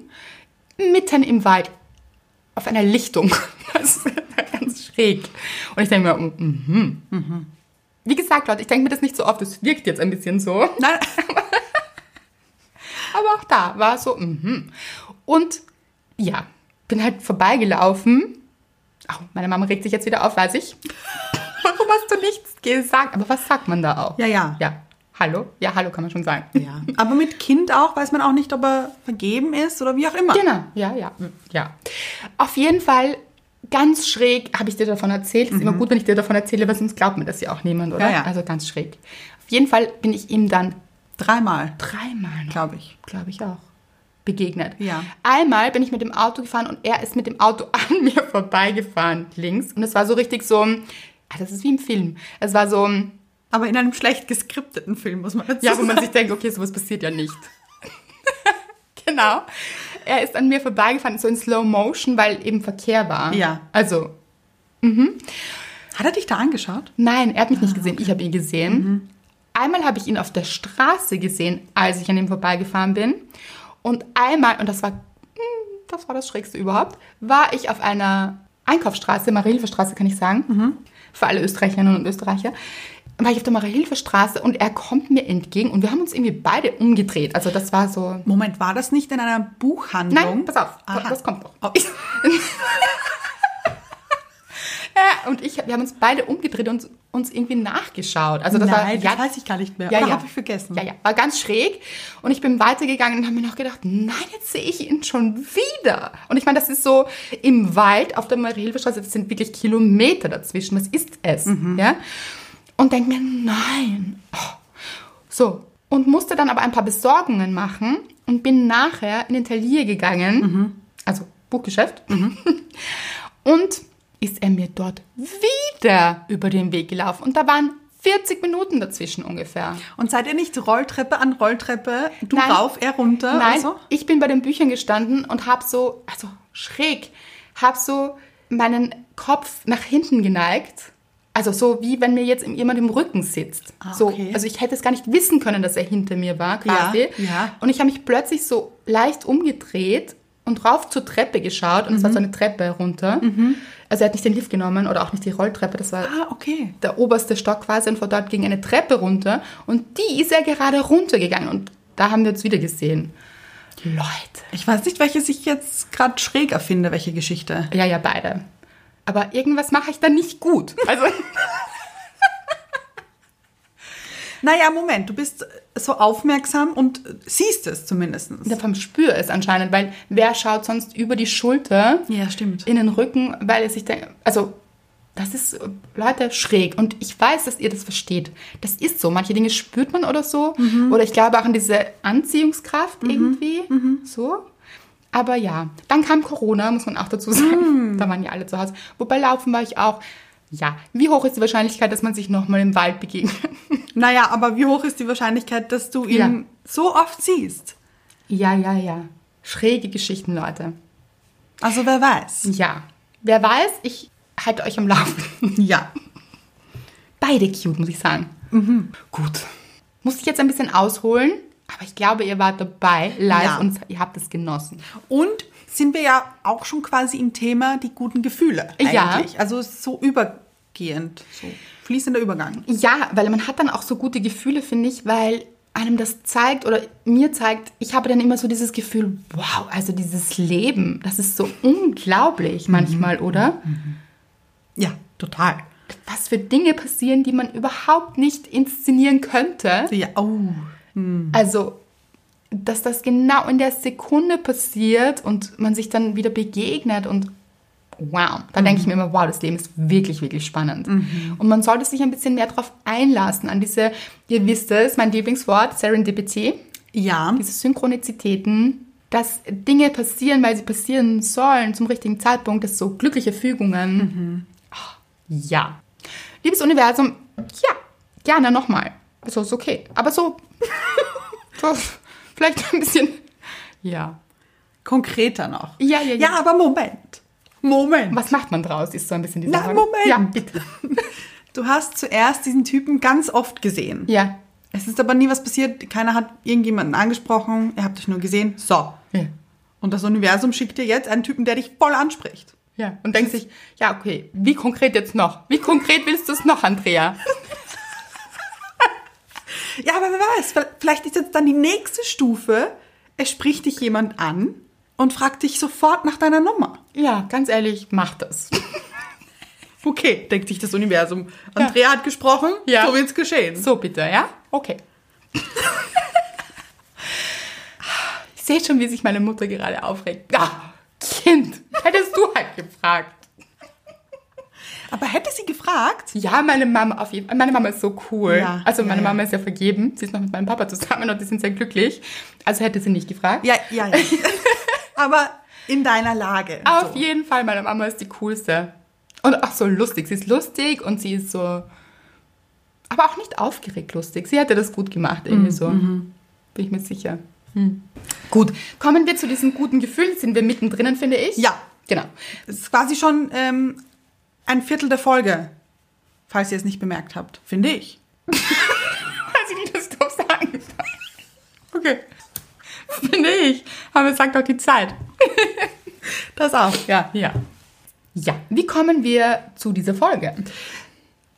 Speaker 1: mitten im Wald, auf einer Lichtung. Das ist ganz schräg. Und ich denke mir, mhm. Wie gesagt, Leute, ich denke mir das nicht so oft. Das wirkt jetzt ein bisschen so.
Speaker 2: Nein,
Speaker 1: Aber auch da war so, mhm. Und ja, bin halt vorbeigelaufen. Au, meine Mama regt sich jetzt wieder auf, weiß ich. Warum hast du nichts gesagt? Aber was sagt man da auch?
Speaker 2: Ja, ja.
Speaker 1: Ja, hallo? Ja, hallo kann man schon sagen.
Speaker 2: ja. Aber mit Kind auch weiß man auch nicht, ob er vergeben ist oder wie auch immer.
Speaker 1: Genau, ja, ja, ja. Auf jeden Fall ganz schräg, habe ich dir davon erzählt. Ist immer gut, wenn ich dir davon erzähle, weil sonst glaubt mir das ja auch niemand, oder?
Speaker 2: Mhm. Ja, ja.
Speaker 1: Also ganz schräg. Auf jeden Fall bin ich ihm dann
Speaker 2: Dreimal,
Speaker 1: dreimal, noch,
Speaker 2: glaube ich.
Speaker 1: glaube ich auch, begegnet.
Speaker 2: Ja.
Speaker 1: Einmal bin ich mit dem Auto gefahren und er ist mit dem Auto an mir vorbeigefahren, links. Und es war so richtig so, ah, das ist wie im Film. Es war so,
Speaker 2: Aber in einem schlecht geskripteten Film, muss man dazu
Speaker 1: ja, wo man
Speaker 2: sagen.
Speaker 1: sich denkt, okay, sowas passiert ja nicht. genau. Er ist an mir vorbeigefahren, so in Slow Motion, weil eben Verkehr war.
Speaker 2: Ja.
Speaker 1: Also,
Speaker 2: Hat er dich da angeschaut?
Speaker 1: nein, er hat mich nicht gesehen, ich habe ihn gesehen. Einmal habe ich ihn auf der Straße gesehen, als ich an ihm vorbeigefahren bin. Und einmal, und das war, hm, das war das Schrägste überhaupt, war ich auf einer Einkaufsstraße, Marie-Hilfe-Straße kann ich sagen, für alle Österreicherinnen und Österreicher, war ich auf der Marie-Hilfe-Straße und er kommt mir entgegen und wir haben uns irgendwie beide umgedreht. Also das war so...
Speaker 2: Moment, war das nicht in einer Buchhandlung?
Speaker 1: Nein, pass auf,
Speaker 2: Aha.
Speaker 1: das kommt noch.
Speaker 2: Oh.
Speaker 1: Ja, und ich, wir haben uns beide umgedreht und uns irgendwie nachgeschaut. Also das war,
Speaker 2: Nein, das weiß ich gar nicht mehr. Oder hab ich vergessen?
Speaker 1: Ja, ja, war ganz schräg. Und ich bin weitergegangen und habe mir noch gedacht, nein, jetzt sehe ich ihn schon wieder. Und ich meine, das ist so im Wald auf der Marie-Hilfe-Straße, das sind wirklich Kilometer dazwischen. Was ist es?
Speaker 2: Mhm.
Speaker 1: Ja? Und denke mir, nein. Oh. So. Und musste dann aber ein paar Besorgungen machen und bin nachher in den Talier gegangen,
Speaker 2: Mhm.
Speaker 1: also Buchgeschäft. Und ist er mir dort wieder über den Weg gelaufen. Und da waren 40 Minuten dazwischen ungefähr.
Speaker 2: Und seid ihr nicht Rolltreppe an Rolltreppe, du
Speaker 1: Nein.
Speaker 2: rauf, er runter
Speaker 1: Nein,
Speaker 2: oder so?
Speaker 1: ich bin bei den Büchern gestanden und habe so, also schräg, habe so meinen Kopf nach hinten geneigt. Also so wie wenn mir jetzt jemand im Rücken sitzt.
Speaker 2: Ah,
Speaker 1: so,
Speaker 2: okay.
Speaker 1: Also ich hätte es gar nicht wissen können, dass er hinter mir war quasi.
Speaker 2: Ja, ja.
Speaker 1: Und ich habe mich plötzlich so leicht umgedreht und rauf zur Treppe geschaut. Und
Speaker 2: Mhm.
Speaker 1: es war so eine Treppe runter. Also er hat nicht den Lift genommen oder auch nicht die Rolltreppe. Das war
Speaker 2: Ah, okay.
Speaker 1: der oberste Stock quasi und von dort ging eine Treppe runter und die ist ja gerade runtergegangen und da haben wir uns wieder gesehen. Leute.
Speaker 2: Ich weiß nicht, welche ich jetzt gerade schräger finde, welche Geschichte.
Speaker 1: Ja, ja, beide. Aber irgendwas mache ich dann nicht gut. Also,
Speaker 2: Naja, Moment, du bist so aufmerksam und siehst es zumindest.
Speaker 1: der vom Spür ist anscheinend, weil wer schaut sonst über die Schulter
Speaker 2: Ja, stimmt.
Speaker 1: in den Rücken, weil es sich denkt, also das ist, äh, Leute, schräg. Und ich weiß, dass ihr das versteht. Das ist so. Manche Dinge spürt man oder so. Oder ich glaube auch an diese Anziehungskraft irgendwie. So. Aber ja, dann kam Corona, muss man auch dazu sagen. Da waren ja alle zu Hause. Wobei laufen war ich auch. Ja, wie hoch ist die Wahrscheinlichkeit, dass man sich nochmal im Wald begegnet?
Speaker 2: Naja, aber wie hoch ist die Wahrscheinlichkeit, dass du ihn
Speaker 1: Ja.
Speaker 2: so oft siehst?
Speaker 1: Ja, ja, ja. Schräge Geschichten, Leute.
Speaker 2: Also wer weiß.
Speaker 1: Ja. Wer weiß, ich halte euch am Laufen.
Speaker 2: Ja.
Speaker 1: Beide cute, muss ich sagen. Gut. Muss ich jetzt ein bisschen ausholen, aber ich glaube, ihr wart dabei live
Speaker 2: Ja.
Speaker 1: und ihr habt es genossen.
Speaker 2: Und sind wir ja auch schon quasi im Thema die guten Gefühle
Speaker 1: Ja.
Speaker 2: eigentlich. Also so übergehend, so fließender Übergang.
Speaker 1: Ja, weil man hat dann auch so gute Gefühle, finde ich, weil einem das zeigt oder mir zeigt, ich habe dann immer so dieses Gefühl, wow, also dieses Leben, das ist so unglaublich manchmal, oder?
Speaker 2: Ja, total.
Speaker 1: Was für Dinge passieren, die man überhaupt nicht inszenieren könnte.
Speaker 2: Ja, oh.
Speaker 1: Also, dass das genau in der Sekunde passiert und man sich dann wieder begegnet und wow, da denke ich mir immer, wow, das Leben ist wirklich, wirklich spannend. Und man sollte sich ein bisschen mehr darauf einlassen, an diese, ihr wisst es, mein Lieblingswort, Serendipity,
Speaker 2: Ja.
Speaker 1: diese Synchronizitäten, dass Dinge passieren, weil sie passieren sollen, zum richtigen Zeitpunkt, das so glückliche Fügungen.
Speaker 2: Mhm.
Speaker 1: Ah, Ja. Liebes Universum, ja, gerne nochmal. So ist okay. Aber so, so vielleicht ein bisschen, ja.
Speaker 2: Konkreter noch.
Speaker 1: Ja, ja, ja.
Speaker 2: Ja, aber Moment. Moment.
Speaker 1: Was macht man draus, ist so ein bisschen die
Speaker 2: Na,
Speaker 1: Frage.
Speaker 2: Moment.
Speaker 1: Ja, bitte.
Speaker 2: Du hast zuerst diesen Typen ganz oft gesehen.
Speaker 1: Ja.
Speaker 2: Es ist aber nie was passiert. Keiner hat irgendjemanden angesprochen. Ihr habt euch nur gesehen. So.
Speaker 1: Ja.
Speaker 2: Und das Universum schickt dir jetzt einen Typen, der dich voll anspricht.
Speaker 1: ja. Und denkt sich, ja, okay, wie konkret jetzt noch? Wie konkret willst du es noch, Andrea?
Speaker 2: Ja, aber wer weiß, vi- vielleicht ist jetzt dann die nächste Stufe, es spricht dich jemand an und fragt dich sofort nach deiner Nummer.
Speaker 1: Ja, ganz ehrlich, mach das.
Speaker 2: Okay, denkt sich das Universum. Andrea hat gesprochen,
Speaker 1: Ja.
Speaker 2: so wird's geschehen.
Speaker 1: So bitte, ja? Okay. ich sehe schon, wie sich meine Mutter gerade aufregt. Ah, Kind, hättest du halt gefragt.
Speaker 2: Aber hätte sie gefragt?
Speaker 1: Ja, meine Mama auf jeden Fall. Meine Mama ist so cool.
Speaker 2: Ja,
Speaker 1: also
Speaker 2: ja,
Speaker 1: meine
Speaker 2: ja.
Speaker 1: Mama ist ja vergeben. Sie ist noch mit meinem Papa zusammen und die sind sehr glücklich. Also hätte sie nicht gefragt.
Speaker 2: Ja, ja, ja. Aber in deiner Lage.
Speaker 1: Auf
Speaker 2: so.
Speaker 1: jeden Fall, meine Mama ist die coolste. Und auch so lustig. Sie ist lustig und sie ist so. Aber auch nicht aufgeregt lustig. Sie hätte das gut gemacht, irgendwie
Speaker 2: Mhm,
Speaker 1: so. Bin ich mir sicher.
Speaker 2: Hm. Gut.
Speaker 1: Kommen wir zu diesen guten Gefühlen. Sind wir mittendrin, finde ich?
Speaker 2: Ja.
Speaker 1: Genau.
Speaker 2: Das ist quasi schon ähm, ein Viertel der Folge, falls ihr es nicht bemerkt habt, finde ich.
Speaker 1: Weiß ich nicht, was du sagen soll. Okay. Finde ich. Aber es sagt doch die Zeit.
Speaker 2: Das auch.
Speaker 1: Ja, ja. Ja, wie kommen wir zu dieser Folge?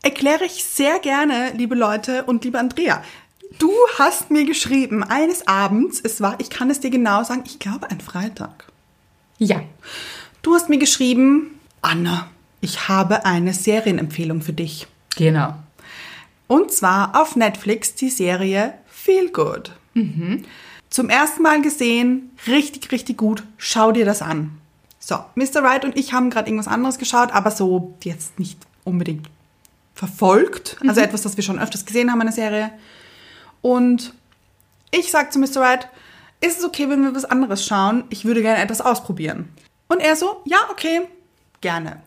Speaker 2: Erkläre ich sehr gerne, liebe Leute und liebe Andrea. Du hast mir geschrieben, eines Abends, es war, ich kann es dir genau sagen, ich glaube ein Freitag.
Speaker 1: Ja,
Speaker 2: Du hast mir geschrieben, Anna, ich habe eine Serienempfehlung für dich.
Speaker 1: genau.
Speaker 2: Und zwar auf Netflix die Serie Feel Good. Zum ersten Mal gesehen, richtig, richtig gut. Schau dir das an. So, Mr. Wright und ich haben gerade irgendwas anderes geschaut, aber so jetzt nicht unbedingt verfolgt. Also etwas, das wir schon öfters gesehen haben, eine Serie. Und ich sag zu Mr. Wright, ist es okay, wenn wir was anderes schauen? Ich würde gerne etwas ausprobieren. Und er so, ja, okay, gerne.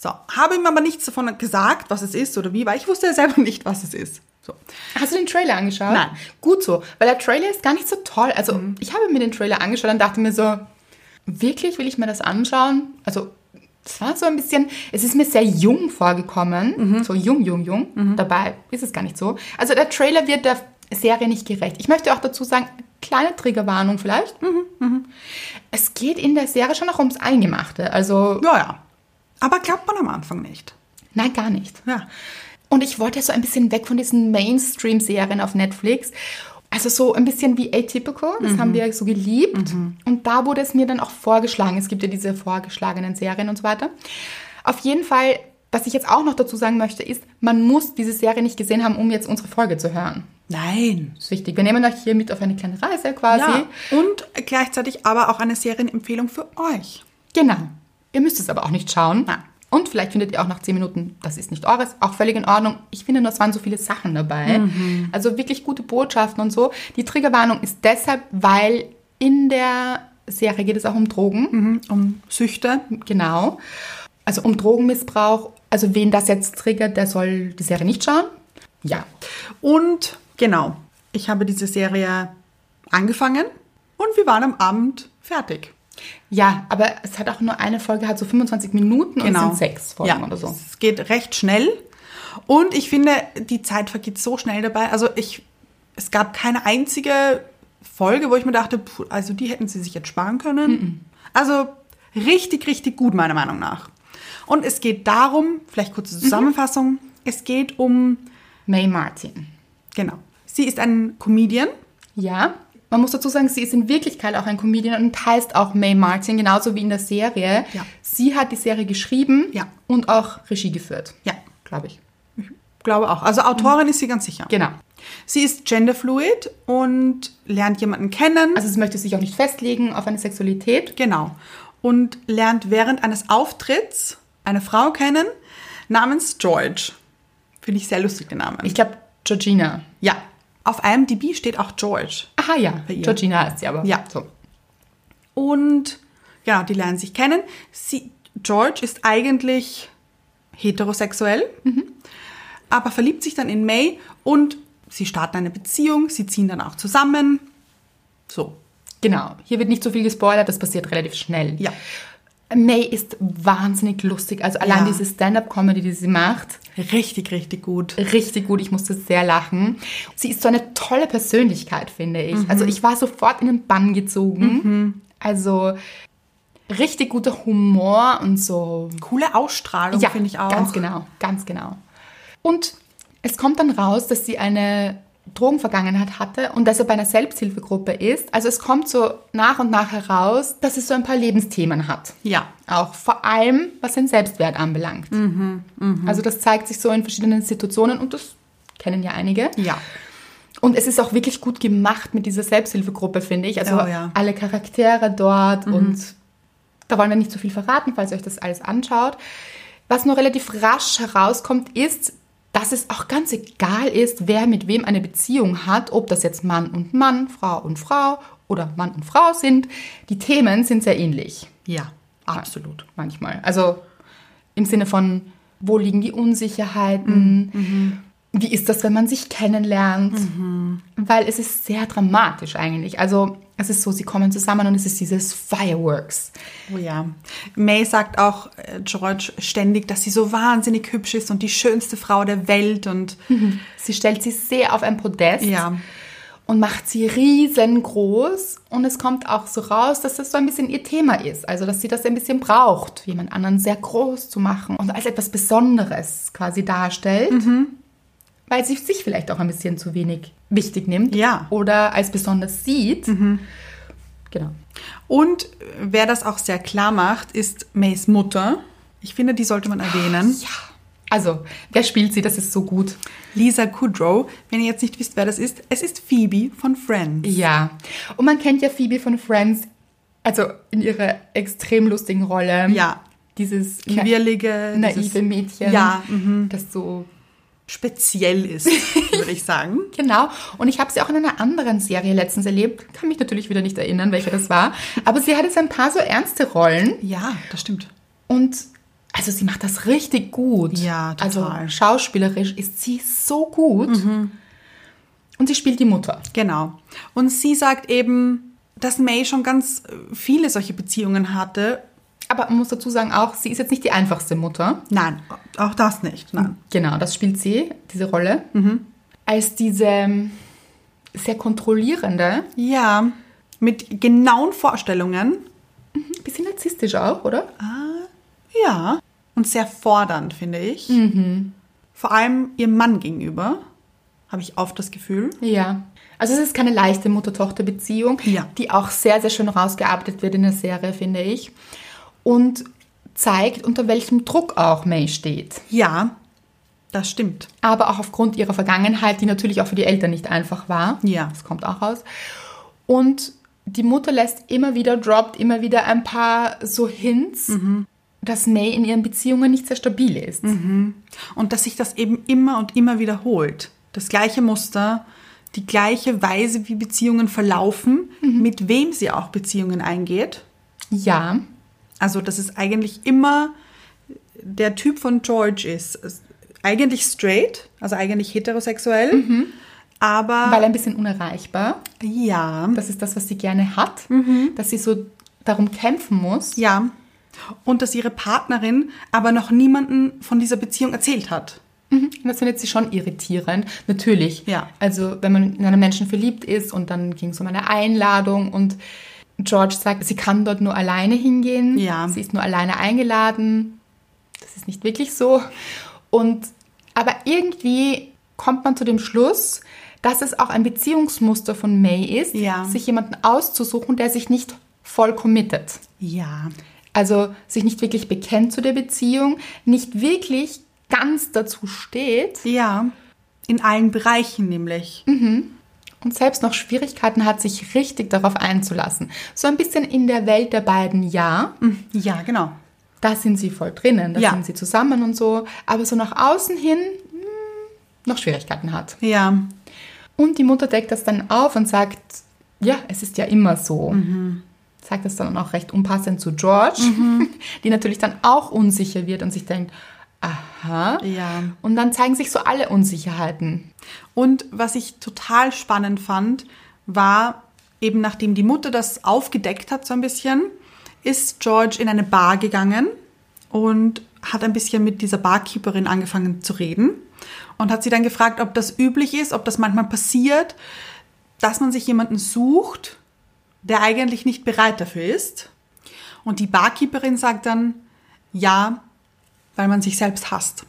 Speaker 2: So, habe ihm aber nichts davon gesagt, was es ist oder wie, weil ich wusste ja selber nicht, was es ist. So.
Speaker 1: Hast du den Trailer angeschaut?
Speaker 2: Nein.
Speaker 1: Gut so, weil der Trailer ist gar nicht so toll. Also ich habe mir den Trailer angeschaut und dachte mir so, wirklich will ich mir das anschauen? Also es war so ein bisschen, es ist mir sehr jung vorgekommen. So jung, jung, jung. Dabei ist es gar nicht so. Also der Trailer wird der Serie nicht gerecht. Ich möchte auch dazu sagen, kleine Triggerwarnung vielleicht. Es geht in der Serie schon noch ums Eingemachte. Also
Speaker 2: Ja, ja. Aber glaubt man am Anfang nicht.
Speaker 1: nein, gar nicht.
Speaker 2: Ja.
Speaker 1: Und ich wollte ja so ein bisschen weg von diesen Mainstream-Serien auf Netflix. Also so ein bisschen wie Atypical, das haben wir so geliebt. Und da wurde es mir dann auch vorgeschlagen. Es gibt ja diese vorgeschlagenen Serien und so weiter. Auf jeden Fall, was ich jetzt auch noch dazu sagen möchte, ist, man muss diese Serie nicht gesehen haben, um jetzt unsere Folge zu hören.
Speaker 2: Nein.
Speaker 1: Das ist wichtig. Wir nehmen euch hier mit auf eine kleine Reise quasi.
Speaker 2: Ja. Und gleichzeitig aber auch eine Serienempfehlung für euch.
Speaker 1: Genau. Ihr müsst es aber auch nicht schauen.
Speaker 2: Nein.
Speaker 1: Und vielleicht findet ihr auch nach 10 Minuten, das ist nicht eures, auch völlig in Ordnung. Ich finde nur, es waren so viele Sachen dabei.
Speaker 2: Mhm.
Speaker 1: Also wirklich gute Botschaften und so. Die Triggerwarnung ist deshalb, weil in der Serie geht es auch um Drogen.
Speaker 2: Mhm. Um Süchte.
Speaker 1: Genau. Also um Drogenmissbrauch. Also wen das jetzt triggert, der soll die Serie nicht schauen. Ja.
Speaker 2: Und genau, ich habe diese Serie angefangen und wir waren am Abend fertig.
Speaker 1: Ja, aber es hat auch nur eine Folge, hat so 25 Minuten und es sind sechs Folgen
Speaker 2: Genau. ja,
Speaker 1: oder so.
Speaker 2: Es geht recht schnell. Und ich finde, die Zeit vergeht so schnell dabei. Also ich, es gab keine einzige Folge, wo ich mir dachte, puh, also die hätten sie sich jetzt sparen können.
Speaker 1: Mhm.
Speaker 2: Also richtig, richtig gut, meiner Meinung nach. Und es geht darum, vielleicht
Speaker 1: Mhm.
Speaker 2: kurze Zusammenfassung, es geht um,
Speaker 1: May Martin.
Speaker 2: genau, sie ist ein Comedian.
Speaker 1: Ja, man muss dazu sagen, sie ist in Wirklichkeit auch ein Comedian und heißt auch Mae Martin, genauso wie in der Serie.
Speaker 2: Ja.
Speaker 1: Sie hat die Serie geschrieben
Speaker 2: Ja.
Speaker 1: und auch Regie geführt.
Speaker 2: Ja.
Speaker 1: Glaube ich.
Speaker 2: Glaube auch. Also Autorin ist sie ganz sicher.
Speaker 1: Genau.
Speaker 2: Sie ist genderfluid und lernt jemanden kennen.
Speaker 1: Also sie möchte sich auch nicht festlegen auf eine Sexualität.
Speaker 2: Genau. Und lernt während eines Auftritts eine Frau kennen namens George. Finde ich sehr lustig, den Namen.
Speaker 1: Ich glaube, Georgina.
Speaker 2: ja. Auf IMDb steht auch George.
Speaker 1: Aha, ja.
Speaker 2: Bei ihr.
Speaker 1: Georgina heißt sie aber.
Speaker 2: Ja.
Speaker 1: So.
Speaker 2: Und genau, die lernen sich kennen. Sie, George ist eigentlich heterosexuell, aber verliebt sich dann in May und sie starten eine Beziehung, sie ziehen dann auch zusammen. So.
Speaker 1: Genau. Hier wird nicht so viel gespoilert, das passiert relativ schnell.
Speaker 2: Ja.
Speaker 1: May ist wahnsinnig lustig. Also allein
Speaker 2: Ja.
Speaker 1: diese Stand-up-Comedy, die sie macht.
Speaker 2: Richtig, richtig gut.
Speaker 1: richtig gut. Ich musste sehr lachen. Sie ist so eine tolle Persönlichkeit, finde ich. Also
Speaker 2: Mhm.
Speaker 1: ich war sofort in den Bann gezogen. Also richtig guter Humor und so.
Speaker 2: Coole Ausstrahlung, Oh, finde ich auch.
Speaker 1: Ganz genau, ganz genau. Und es kommt dann raus, dass sie eine Drogenvergangenheit hatte und dass er bei einer Selbsthilfegruppe ist. Also es kommt so nach und nach heraus, dass es so ein paar Lebensthemen hat.
Speaker 2: Ja.
Speaker 1: Auch vor allem, was den Selbstwert anbelangt.
Speaker 2: Mhm,
Speaker 1: Also das zeigt sich so in verschiedenen Situationen und das kennen ja einige.
Speaker 2: Ja.
Speaker 1: Und es ist auch wirklich gut gemacht mit dieser Selbsthilfegruppe, finde ich. Also
Speaker 2: Oh ja. Mhm.
Speaker 1: alle Charaktere dort und da wollen wir nicht zu viel verraten, falls ihr euch das alles anschaut. Was nur relativ rasch herauskommt, ist, dass es auch ganz egal ist, wer mit wem eine Beziehung hat, ob das jetzt Mann und Mann, Frau und Frau oder Mann und Frau sind. Die Themen sind sehr ähnlich.
Speaker 2: Ja, absolut.
Speaker 1: Manchmal. Also im Sinne von, wo liegen die Unsicherheiten? Wie ist das, wenn man sich kennenlernt? Weil es ist sehr dramatisch eigentlich. Also es ist so, sie kommen zusammen und es ist dieses Fireworks.
Speaker 2: Oh ja. May sagt auch äh, George ständig, dass sie so wahnsinnig hübsch ist und die schönste Frau der Welt und
Speaker 1: Mhm. Sie stellt sie sehr auf ein Podest
Speaker 2: Ja.
Speaker 1: und macht sie riesengroß. Und es kommt auch so raus, dass das so ein bisschen ihr Thema ist. Also, dass sie das ein bisschen braucht, jemand anderen sehr groß zu machen und als etwas Besonderes quasi darstellt.
Speaker 2: Mhm.
Speaker 1: Weil sie sich vielleicht auch ein bisschen zu wenig wichtig nimmt
Speaker 2: Ja. Mhm.
Speaker 1: oder als besonders sieht. Genau.
Speaker 2: Und äh, wer das auch sehr klar macht, ist Mays Mutter. Ich finde, die sollte man erwähnen.
Speaker 1: Ja. Also, wer spielt sie? Das ist so gut.
Speaker 2: Lisa Kudrow. Wenn ihr jetzt nicht wisst, wer das ist, es ist Phoebe von Friends.
Speaker 1: Ja. Und man kennt ja Phoebe von Friends, also in ihrer extrem lustigen Rolle.
Speaker 2: Ja.
Speaker 1: Dieses na-
Speaker 2: Quirlige,
Speaker 1: naive
Speaker 2: dieses
Speaker 1: Mädchen.
Speaker 2: Ja, mhm.
Speaker 1: Das so.
Speaker 2: speziell ist, würde ich sagen.
Speaker 1: Genau. Und ich habe sie auch in einer anderen Serie letztens erlebt. Kann mich natürlich wieder nicht erinnern, welche das war. Aber sie hatte so ein paar so ernste Rollen.
Speaker 2: Ja, das stimmt.
Speaker 1: Und also sie macht das richtig gut.
Speaker 2: Ja, total. Mhm.
Speaker 1: Also schauspielerisch ist sie so gut. Und sie spielt die Mutter.
Speaker 2: Genau. Und sie sagt eben, dass May schon ganz äh, viele solche Beziehungen hatte.
Speaker 1: Aber man muss dazu sagen auch, sie ist jetzt nicht die einfachste Mutter.
Speaker 2: Nein, auch das nicht. Nein.
Speaker 1: Genau, das spielt sie, diese Rolle. Als diese ähm, sehr kontrollierende,
Speaker 2: Ja, mit genauen Vorstellungen.
Speaker 1: ein bisschen narzisstisch auch, oder?
Speaker 2: Ja. Mhm. Und sehr fordernd, finde ich. Vor allem ihrem Mann gegenüber, habe ich oft das Gefühl.
Speaker 1: Ja. Also es ist keine leichte Mutter-Tochter-Beziehung,
Speaker 2: Ja.
Speaker 1: die auch sehr, sehr schön rausgearbeitet wird in der Serie, finde ich. Und zeigt, unter welchem Druck auch May steht.
Speaker 2: Ja, das stimmt.
Speaker 1: aber auch aufgrund ihrer Vergangenheit, die natürlich auch für die Eltern nicht einfach war.
Speaker 2: Ja.
Speaker 1: Das kommt auch raus. Und die Mutter lässt immer wieder, droppt immer wieder ein paar so Hints, dass May in ihren Beziehungen nicht sehr stabil ist.
Speaker 2: Und dass sich das eben immer und immer wiederholt. Das gleiche Muster, die gleiche Weise, wie Beziehungen verlaufen, mit wem sie auch Beziehungen eingeht.
Speaker 1: Ja,
Speaker 2: Also, dass es eigentlich immer der Typ von George ist. Es- Eigentlich straight, also eigentlich heterosexuell, aber
Speaker 1: weil ein bisschen unerreichbar.
Speaker 2: ja,
Speaker 1: Das ist das, was sie gerne hat, dass sie so darum kämpfen muss.
Speaker 2: ja. Und dass ihre Partnerin aber noch niemanden von dieser Beziehung erzählt hat.
Speaker 1: Mhm. Und das findet sie schon irritierend. Natürlich.
Speaker 2: Ja.
Speaker 1: Also, wenn man in einen Menschen verliebt ist und dann ging es um eine Einladung und George sagt, sie kann dort nur alleine hingehen.
Speaker 2: Ja.
Speaker 1: Sie ist nur alleine eingeladen. Das ist nicht wirklich so. Und, aber irgendwie kommt man zu dem Schluss, dass es auch ein Beziehungsmuster von May ist,
Speaker 2: Ja.
Speaker 1: sich jemanden auszusuchen, der sich nicht voll committet.
Speaker 2: Ja.
Speaker 1: Also sich nicht wirklich bekennt zu der Beziehung, nicht wirklich ganz dazu steht
Speaker 2: Ja. In allen Bereichen nämlich.
Speaker 1: und selbst noch Schwierigkeiten hat, sich richtig darauf einzulassen. So ein bisschen in der Welt der beiden, ja.
Speaker 2: Ja, genau.
Speaker 1: Da sind sie voll drinnen, da
Speaker 2: Ja.
Speaker 1: sind sie zusammen und so. Aber so nach außen hin hm, noch Schwierigkeiten hat.
Speaker 2: Ja.
Speaker 1: Und die Mutter deckt das dann auf und sagt, ja, es ist ja immer so.
Speaker 2: Mhm.
Speaker 1: Sagt das dann auch recht unpassend zu George, die natürlich dann auch unsicher wird und sich denkt, aha.
Speaker 2: Ja.
Speaker 1: Und dann zeigen sich so alle Unsicherheiten.
Speaker 2: Und was ich total spannend fand, war eben nachdem die Mutter das aufgedeckt hat so ein bisschen, ist George in eine Bar gegangen und hat ein bisschen mit dieser Barkeeperin angefangen zu reden und hat sie dann gefragt, ob das üblich ist, ob das manchmal passiert, dass man sich jemanden sucht, der eigentlich nicht bereit dafür ist. Und die Barkeeperin sagt dann, ja, weil man sich selbst hasst.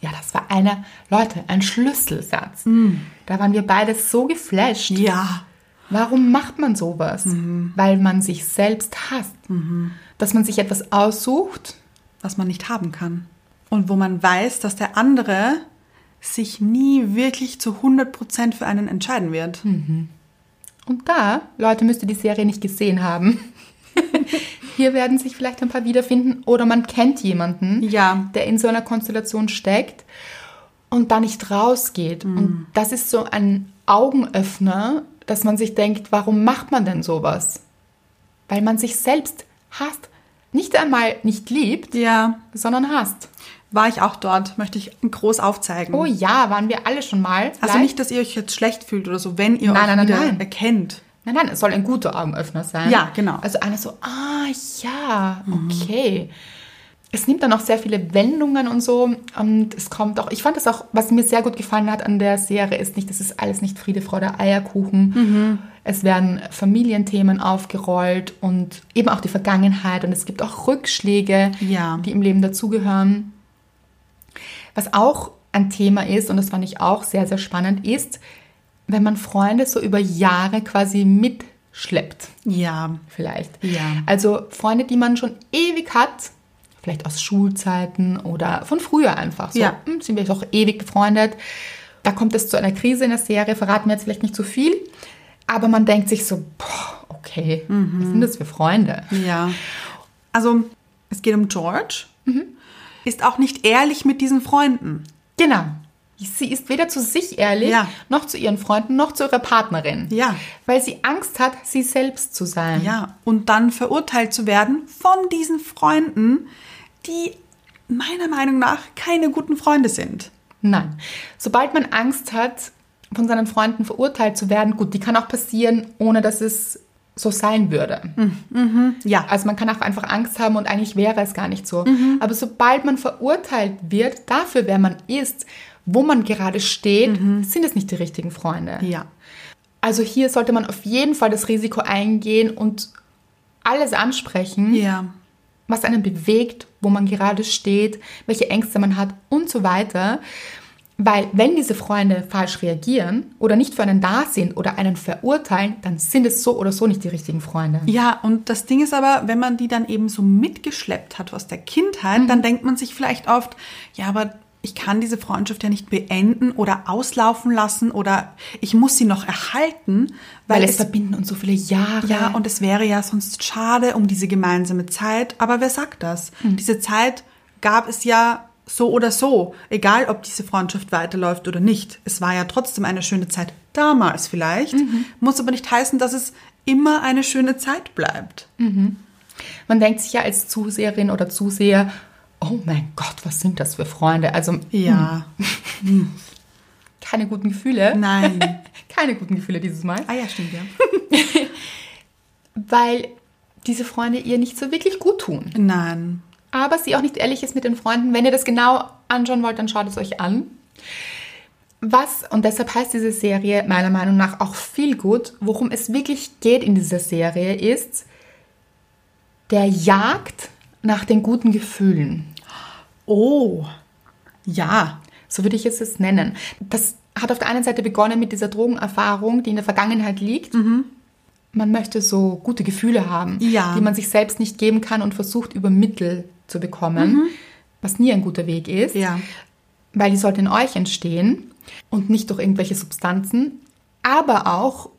Speaker 1: Ja, das war einer, Leute, ein Schlüsselsatz. Da waren wir beide so geflasht.
Speaker 2: Ja,
Speaker 1: Warum macht man sowas? Weil man sich selbst hasst. Dass man sich etwas aussucht.
Speaker 2: was man nicht haben kann. Und wo man weiß, dass der andere sich nie wirklich zu 100% für einen entscheiden wird.
Speaker 1: Hm. Und da, Leute, müsst ihr die Serie nicht gesehen haben. Hier werden sich vielleicht ein paar wiederfinden oder man kennt jemanden,
Speaker 2: Ja.
Speaker 1: der in so einer Konstellation steckt und da nicht rausgeht.
Speaker 2: Mm.
Speaker 1: Und das ist so ein Augenöffner, dass man sich denkt, warum macht man denn sowas? Weil man sich selbst hasst. Nicht einmal nicht liebt,
Speaker 2: Ja,
Speaker 1: sondern hasst.
Speaker 2: war ich auch dort, möchte ich groß aufzeigen.
Speaker 1: Oh ja, waren wir alle schon mal.
Speaker 2: also
Speaker 1: Vielleicht-
Speaker 2: Hm. nicht, dass ihr euch jetzt schlecht fühlt oder so, wenn ihr
Speaker 1: Nein,
Speaker 2: euch
Speaker 1: nein, nein,
Speaker 2: wieder
Speaker 1: nein.
Speaker 2: erkennt.
Speaker 1: Nein, nein, es soll ein guter Augenöffner sein.
Speaker 2: Ja, genau. Mhm.
Speaker 1: Also einer so, ah ja, okay. Es nimmt dann auch sehr viele Wendungen und so. Und es kommt auch, ich fand das auch, was mir sehr gut gefallen hat an der Serie, ist nicht, das ist alles nicht Friede, Freude, Eierkuchen. Es werden Familienthemen aufgerollt und eben auch die Vergangenheit. Und es gibt auch Rückschläge,
Speaker 2: Ja.
Speaker 1: die im Leben dazugehören. Was auch ein Thema ist, und das fand ich auch sehr, sehr spannend, ist, wenn man Freunde so über Jahre quasi mitschleppt,
Speaker 2: Ja,
Speaker 1: vielleicht.
Speaker 2: Ja.
Speaker 1: Also Freunde, die man schon ewig hat, vielleicht aus Schulzeiten oder von früher einfach. So,
Speaker 2: Ja.
Speaker 1: hm, sind wir doch ewig befreundet. Da kommt es zu einer Krise in der Serie, verraten wir jetzt vielleicht nicht zu viel, aber man denkt sich so, boah, okay,
Speaker 2: Mhm.
Speaker 1: was sind das für Freunde?
Speaker 2: ja. Also, es geht um George.
Speaker 1: Mhm.
Speaker 2: Ist auch nicht ehrlich mit diesen Freunden.
Speaker 1: Genau. Sie ist weder zu sich ehrlich,
Speaker 2: Ja.
Speaker 1: noch zu ihren Freunden, noch zu ihrer Partnerin.
Speaker 2: Ja.
Speaker 1: Weil sie Angst hat, sie selbst zu sein.
Speaker 2: Ja, und dann verurteilt zu werden von diesen Freunden, die meiner Meinung nach keine guten Freunde sind.
Speaker 1: Nein. Sobald man Angst hat, von seinen Freunden verurteilt zu werden, gut, die kann auch passieren, ohne dass es so sein würde.
Speaker 2: Mhm. Ja,
Speaker 1: Also man kann auch einfach Angst haben und eigentlich wäre es gar nicht so.
Speaker 2: Mhm.
Speaker 1: Aber sobald man verurteilt wird, dafür, wer man ist, wo man gerade steht, sind es nicht die richtigen Freunde.
Speaker 2: Mhm. ja,
Speaker 1: Also hier sollte man auf jeden Fall das Risiko eingehen und alles ansprechen,
Speaker 2: ja,
Speaker 1: was einen bewegt, wo man gerade steht, welche Ängste man hat und so weiter. Weil wenn diese Freunde falsch reagieren oder nicht für einen da sind oder einen verurteilen, dann sind es so oder so nicht die richtigen Freunde.
Speaker 2: ja. Und das Ding ist aber, wenn man die dann eben so mitgeschleppt hat aus der Kindheit, dann denkt man sich vielleicht oft, ja, aber ich kann diese Freundschaft ja nicht beenden oder auslaufen lassen oder ich muss sie noch erhalten, weil,
Speaker 1: Weil es
Speaker 2: es
Speaker 1: verbinden uns so viele Jahre.
Speaker 2: Ja, und es wäre ja sonst schade um diese gemeinsame Zeit. Aber wer sagt das? Diese Zeit gab es ja so oder so, egal ob diese Freundschaft weiterläuft oder nicht. Es war ja trotzdem eine schöne Zeit damals vielleicht, muss aber nicht heißen, dass es immer eine schöne Zeit bleibt.
Speaker 1: man denkt sich ja als Zuseherin oder Zuseher, oh mein Gott, was sind das für Freunde? Also
Speaker 2: Ja,
Speaker 1: keine guten Gefühle.
Speaker 2: nein.
Speaker 1: Keine guten Gefühle dieses Mal.
Speaker 2: Ah ja, stimmt ja.
Speaker 1: Weil diese Freunde ihr nicht so wirklich gut tun.
Speaker 2: Nein.
Speaker 1: aber sie auch nicht ehrlich ist mit den Freunden. Wenn ihr das genau anschauen wollt, dann schaut es euch an. Was, und deshalb heißt diese Serie meiner Meinung nach auch viel gut, worum es wirklich geht in dieser Serie, ist der Jagd nach den guten Gefühlen.
Speaker 2: Oh, ja.
Speaker 1: So würde ich es jetzt nennen. Das hat auf der einen Seite begonnen mit dieser Drogenerfahrung, die in der Vergangenheit liegt. Man möchte so gute Gefühle haben,
Speaker 2: Mhm. Ja.
Speaker 1: die man sich selbst nicht geben kann und versucht über Mittel zu bekommen, was nie ein guter Weg ist,
Speaker 2: Mhm. Ja.
Speaker 1: weil die sollten in euch entstehen und nicht durch irgendwelche Substanzen. Aber auch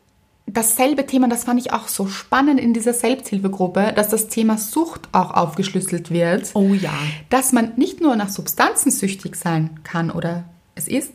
Speaker 1: dasselbe Thema, das fand ich auch so spannend in dieser Selbsthilfegruppe, dass das Thema Sucht auch aufgeschlüsselt wird
Speaker 2: Oh ja.
Speaker 1: dass man nicht nur nach Substanzen süchtig sein kann oder es ist,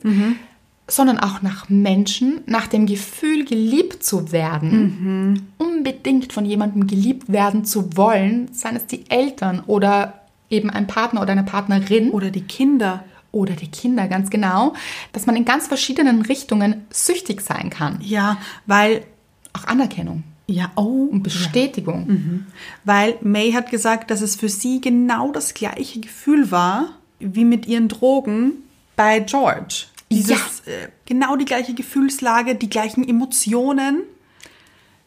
Speaker 1: sondern auch nach Menschen, nach dem Gefühl, geliebt zu werden, unbedingt von jemandem geliebt werden zu wollen, seien es die Eltern oder eben ein Partner oder eine Partnerin
Speaker 2: Oder die Kinder.
Speaker 1: oder die Kinder, ganz genau, dass man in ganz verschiedenen Richtungen süchtig sein kann.
Speaker 2: Ja, weil
Speaker 1: Auch Anerkennung
Speaker 2: ja, oh,
Speaker 1: und Bestätigung.
Speaker 2: Weil May hat gesagt, dass es für sie genau das gleiche Gefühl war wie mit ihren Drogen bei George. Dieses, äh, genau die gleiche Gefühlslage, die gleichen Emotionen.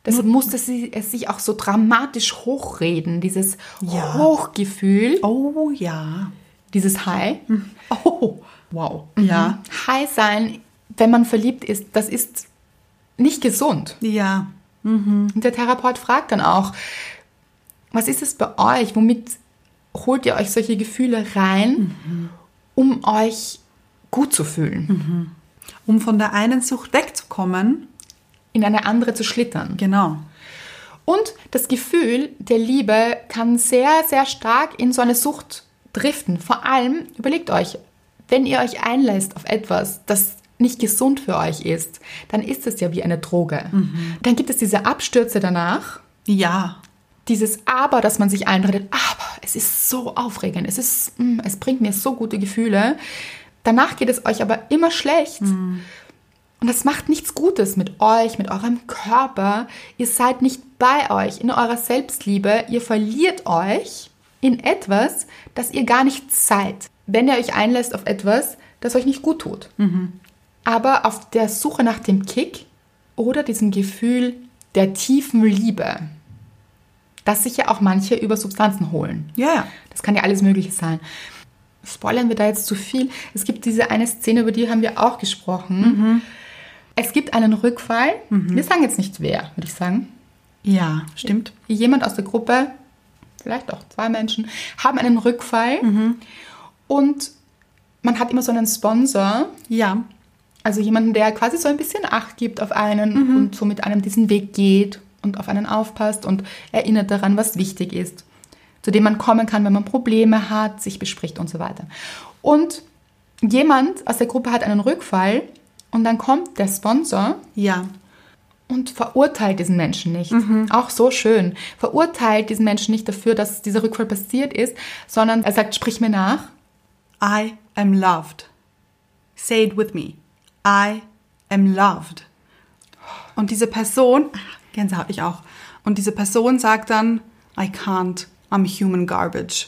Speaker 1: Deshalb musste sie es sich auch so dramatisch hochreden, dieses
Speaker 2: Ja.
Speaker 1: Hochgefühl.
Speaker 2: Oh ja.
Speaker 1: dieses High.
Speaker 2: Oh,
Speaker 1: Wow.
Speaker 2: Ja.
Speaker 1: High sein, wenn man verliebt ist, das ist nicht gesund.
Speaker 2: ja.
Speaker 1: Und der Therapeut fragt dann auch, was ist es bei euch? Womit holt ihr euch solche Gefühle rein, um euch gut zu fühlen,
Speaker 2: Um von der einen Sucht wegzukommen.
Speaker 1: in eine andere zu schlittern?
Speaker 2: Genau.
Speaker 1: Und das Gefühl der Liebe kann sehr, sehr stark in so eine Sucht driften. Vor allem überlegt euch, wenn ihr euch einlässt auf etwas, das nicht gesund für euch ist, dann ist es ja wie eine Droge. Dann gibt es diese Abstürze danach,
Speaker 2: Ja.
Speaker 1: dieses Aber, das man sich einredet, aber es ist so aufregend, es, ist, mm, es bringt mir so gute Gefühle. Danach geht es euch aber immer schlecht. Und das macht nichts Gutes mit euch, mit eurem Körper. Ihr seid nicht bei euch, in eurer Selbstliebe. Ihr verliert euch in etwas, das ihr gar nicht seid, wenn ihr euch einlässt auf etwas, das euch nicht gut tut. Aber auf der Suche nach dem Kick oder diesem Gefühl der tiefen Liebe, das sich ja auch manche über Substanzen holen.
Speaker 2: Ja, ja.
Speaker 1: Das kann ja alles Mögliche sein. Spoilern wir da jetzt zu viel? Es gibt diese eine Szene, über die haben wir auch gesprochen. Es gibt einen Rückfall. Wir sagen jetzt nicht wer, würde ich sagen.
Speaker 2: Ja, stimmt.
Speaker 1: Jemand aus der Gruppe, vielleicht auch zwei Menschen, haben einen Rückfall. Und man hat immer so einen Sponsor,
Speaker 2: Ja.
Speaker 1: also jemanden, der quasi so ein bisschen Acht gibt auf einen und so mit einem diesen Weg geht und auf einen aufpasst und erinnert daran, was wichtig ist, zu dem man kommen kann, wenn man Probleme hat, sich bespricht und so weiter. Und jemand aus der Gruppe hat einen Rückfall und dann kommt der Sponsor
Speaker 2: Ja.
Speaker 1: und verurteilt diesen Menschen nicht. Auch so schön. Verurteilt diesen Menschen nicht dafür, dass dieser Rückfall passiert ist, sondern er sagt, sprich mir nach.
Speaker 2: I am loved. Say it with me. I am loved. Und diese Person, ah, Gänsehaut, ich auch. Und diese Person sagt dann, I can't, I'm human garbage.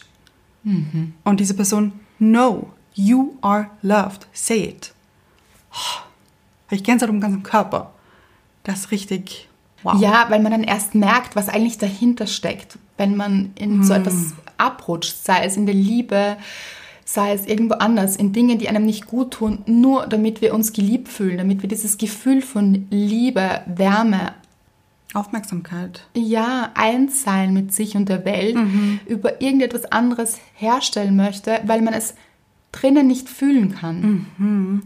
Speaker 2: Und diese Person, no, you are loved. Say it. Oh, ich Gänsehaut um den ganzen Körper. Das ist richtig, wow.
Speaker 1: Ja, weil man dann erst merkt, was eigentlich dahinter steckt, wenn man in so etwas abrutscht, sei es in der Liebe, sei es irgendwo anders, in Dingen, die einem nicht gut tun, nur damit wir uns geliebt fühlen, damit wir dieses Gefühl von Liebe, Wärme,
Speaker 2: Aufmerksamkeit.
Speaker 1: ja, Einssein mit sich und der Welt
Speaker 2: Mhm.
Speaker 1: über irgendetwas anderes herstellen möchte, weil man es drinnen nicht fühlen kann.
Speaker 2: Mhm.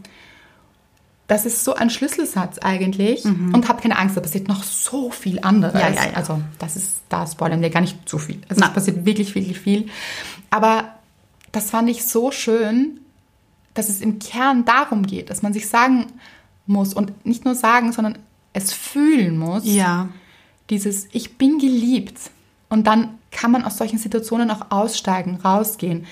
Speaker 1: Das ist so ein Schlüsselsatz eigentlich. Und habt keine Angst, da passiert noch so viel anderes.
Speaker 2: Mhm. Ja, ja, ja.
Speaker 1: Also das ist, da spoilern wir gar nicht zu viel. Also
Speaker 2: Nein.
Speaker 1: es passiert wirklich, wirklich viel. Aber das fand ich so schön, dass es im Kern darum geht, dass man sich sagen muss und nicht nur sagen, sondern es fühlen muss
Speaker 2: Ja.
Speaker 1: dieses Ich bin geliebt. Und dann kann man aus solchen Situationen auch aussteigen, rausgehen,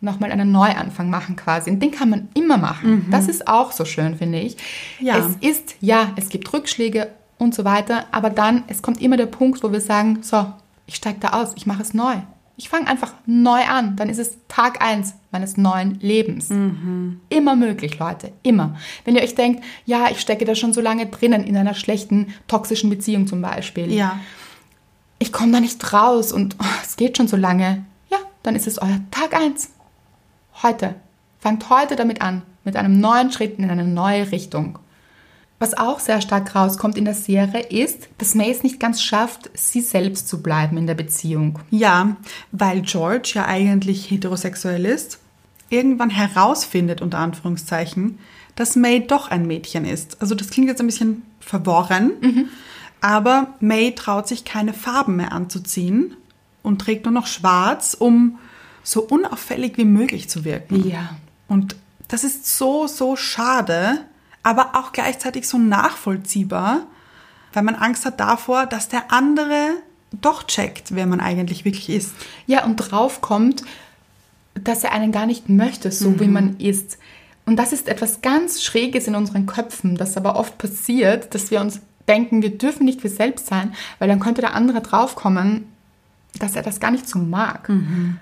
Speaker 1: nochmal einen Neuanfang machen quasi. Und den kann man immer machen. Das ist auch so schön, finde ich.
Speaker 2: Ja.
Speaker 1: Es ist, ja, es gibt Rückschläge und so weiter, aber dann, es kommt immer der Punkt, wo wir sagen, so, ich steige da aus, ich mache es neu. Ich fange einfach neu an. Dann ist es Tag 1 meines neuen Lebens. Immer möglich, Leute. Immer. Wenn ihr euch denkt, ja, ich stecke da schon so lange drinnen in einer schlechten, toxischen Beziehung zum Beispiel.
Speaker 2: Ja.
Speaker 1: Ich komme da nicht raus und oh, es geht schon so lange. Ja, dann ist es euer Tag 1. Heute. Fangt heute damit an. Mit einem neuen Schritt in eine neue Richtung. Was auch sehr stark rauskommt in der Serie ist, dass May es nicht ganz schafft, sie selbst zu bleiben in der Beziehung.
Speaker 2: Ja, weil George ja eigentlich heterosexuell ist, irgendwann herausfindet, unter Anführungszeichen, dass May doch ein Mädchen ist. Also das klingt jetzt ein bisschen verworren, aber May traut sich keine Farben mehr anzuziehen und trägt nur noch schwarz, um so unauffällig wie möglich zu wirken.
Speaker 1: Ja.
Speaker 2: Und das ist so, so schade, aber auch gleichzeitig so nachvollziehbar, weil man Angst hat davor, dass der andere doch checkt, wer man eigentlich wirklich ist.
Speaker 1: Ja, und drauf kommt, dass er einen gar nicht möchte, so wie man ist. Und das ist etwas ganz Schräges in unseren Köpfen, das aber oft passiert, dass wir uns denken, wir dürfen nicht wir selbst sein, weil dann könnte der andere draufkommen, dass er das gar nicht so mag.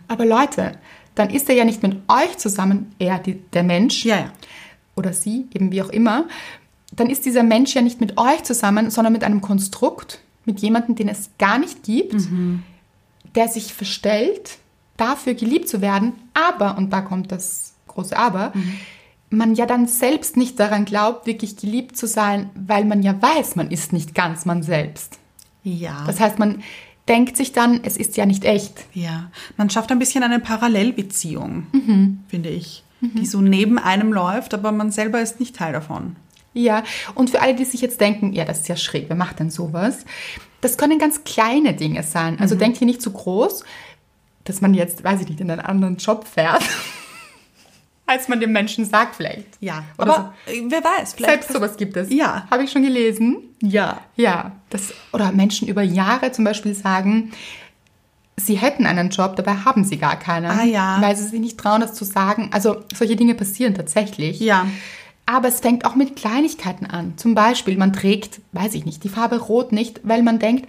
Speaker 1: Aber Leute, dann ist er ja nicht mit euch zusammen, er, die, der Mensch,
Speaker 2: Ja, ja.
Speaker 1: oder sie, eben wie auch immer, dann ist dieser Mensch ja nicht mit euch zusammen, sondern mit einem Konstrukt, mit jemandem, den es gar nicht gibt, der sich verstellt, dafür geliebt zu werden, aber, und da kommt das große Aber, man ja dann selbst nicht daran glaubt, wirklich geliebt zu sein, weil man ja weiß, man ist nicht ganz man selbst.
Speaker 2: Ja.
Speaker 1: Das heißt, man denkt sich dann, es ist ja nicht echt.
Speaker 2: ja. Man schafft ein bisschen eine Mhm. Parallelbeziehung, finde ich, die so neben einem läuft, aber man selber ist nicht Teil davon.
Speaker 1: Ja, und für alle, die sich jetzt denken, ja, das ist ja schräg, wer macht denn sowas? Das können ganz kleine Dinge sein.
Speaker 2: Mhm.
Speaker 1: Also denkt hier nicht zu groß, dass man jetzt, weiß ich nicht, in einen anderen Job fährt, als man dem Menschen sagt vielleicht.
Speaker 2: Ja,
Speaker 1: Oder
Speaker 2: aber äh, wer weiß,
Speaker 1: so.
Speaker 2: vielleicht.
Speaker 1: selbst sowas gibt es.
Speaker 2: Ja.
Speaker 1: Habe ich schon gelesen.
Speaker 2: Ja.
Speaker 1: Ja, das, oder Menschen über Jahre zum Beispiel sagen, sie hätten einen Job, dabei haben sie gar keinen.
Speaker 2: Ah, ja.
Speaker 1: Weil sie sich nicht trauen, das zu sagen. Also solche Dinge passieren tatsächlich.
Speaker 2: Ja.
Speaker 1: Aber es fängt auch mit Kleinigkeiten an. Zum Beispiel, man trägt, weiß ich nicht, die Farbe Rot nicht, weil man denkt,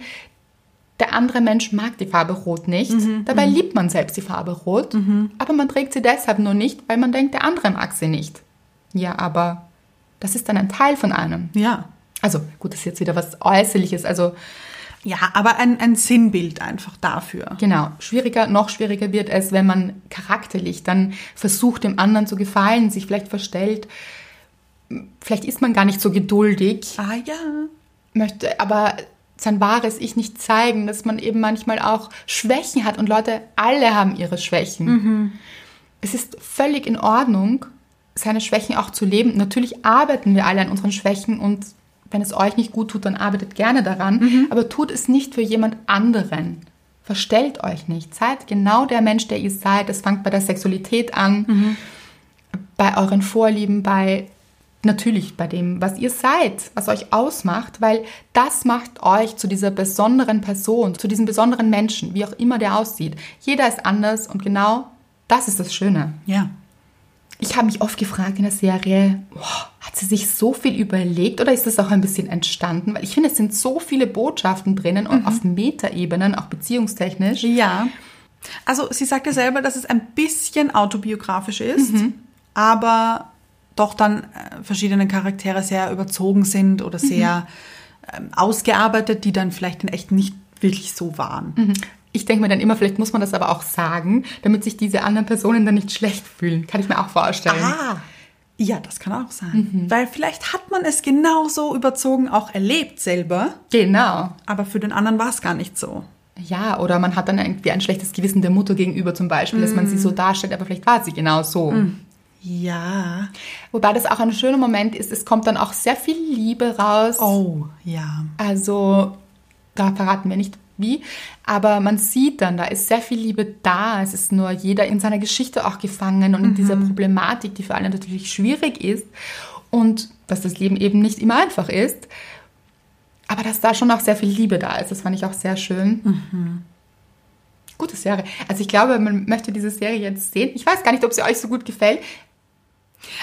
Speaker 1: der andere Mensch mag die Farbe Rot nicht.
Speaker 2: Mhm,
Speaker 1: Dabei liebt man selbst die Farbe Rot, aber man trägt sie deshalb nur nicht, weil man denkt, der andere mag sie nicht. Ja, aber das ist dann ein Teil von einem.
Speaker 2: Ja.
Speaker 1: Also gut, das ist jetzt wieder was Äußerliches. Also
Speaker 2: Ja, aber ein, ein Sinnbild einfach dafür.
Speaker 1: genau, schwieriger, noch schwieriger wird es, wenn man charakterlich dann versucht, dem anderen zu gefallen, sich vielleicht verstellt. Vielleicht ist man gar nicht so geduldig,
Speaker 2: Ah ja.
Speaker 1: möchte aber sein wahres Ich nicht zeigen, dass man eben manchmal auch Schwächen hat. Und Leute, alle haben ihre Schwächen. Es ist völlig in Ordnung, seine Schwächen auch zu leben. Natürlich arbeiten wir alle an unseren Schwächen und wenn es euch nicht gut tut, dann arbeitet gerne daran. Aber tut es nicht für jemand anderen. Verstellt euch nicht. Seid genau der Mensch, der ihr seid. Es fängt bei der Sexualität an, bei euren Vorlieben, bei natürlich bei dem, was ihr seid, was euch ausmacht, weil das macht euch zu dieser besonderen Person, zu diesem besonderen Menschen, wie auch immer der aussieht. Jeder ist anders und genau das ist das Schöne.
Speaker 2: Ja.
Speaker 1: Ich habe mich oft gefragt in der Serie, boah, hat sie sich so viel überlegt oder ist das auch ein bisschen entstanden? Weil ich finde, es sind so viele Botschaften drinnen und auf Metaebenen, auch beziehungstechnisch.
Speaker 2: Ja. Also sie sagt ja selber, dass es ein bisschen autobiografisch ist, aber doch dann äh, verschiedene Charaktere sehr überzogen sind oder sehr ähm, ausgearbeitet, die dann vielleicht in echt nicht wirklich so waren.
Speaker 1: Ich denke mir dann immer, vielleicht muss man das aber auch sagen, damit sich diese anderen Personen dann nicht schlecht fühlen. Kann ich mir auch vorstellen.
Speaker 2: Ah, ja, das kann auch sein. Weil vielleicht hat man es genauso überzogen auch erlebt selber,
Speaker 1: Genau.
Speaker 2: aber für den anderen war es gar nicht so.
Speaker 1: Ja, oder man hat dann irgendwie ein schlechtes Gewissen der Mutter gegenüber zum Beispiel, dass man sie so darstellt, aber vielleicht war sie genau so.
Speaker 2: Ja.
Speaker 1: Wobei das auch ein schöner Moment ist, es kommt dann auch sehr viel Liebe raus.
Speaker 2: Oh, ja.
Speaker 1: Also, da verraten wir nicht wie, aber man sieht dann, da ist sehr viel Liebe da. Es ist nur jeder in seiner Geschichte auch gefangen und in dieser Problematik, die für alle natürlich schwierig ist und dass das Leben eben nicht immer einfach ist. Aber dass da schon auch sehr viel Liebe da ist, das fand ich auch sehr schön. Mhm. Gute Serie. Also ich glaube, man möchte diese Serie jetzt sehen. Ich weiß gar nicht, ob sie euch so gut gefällt.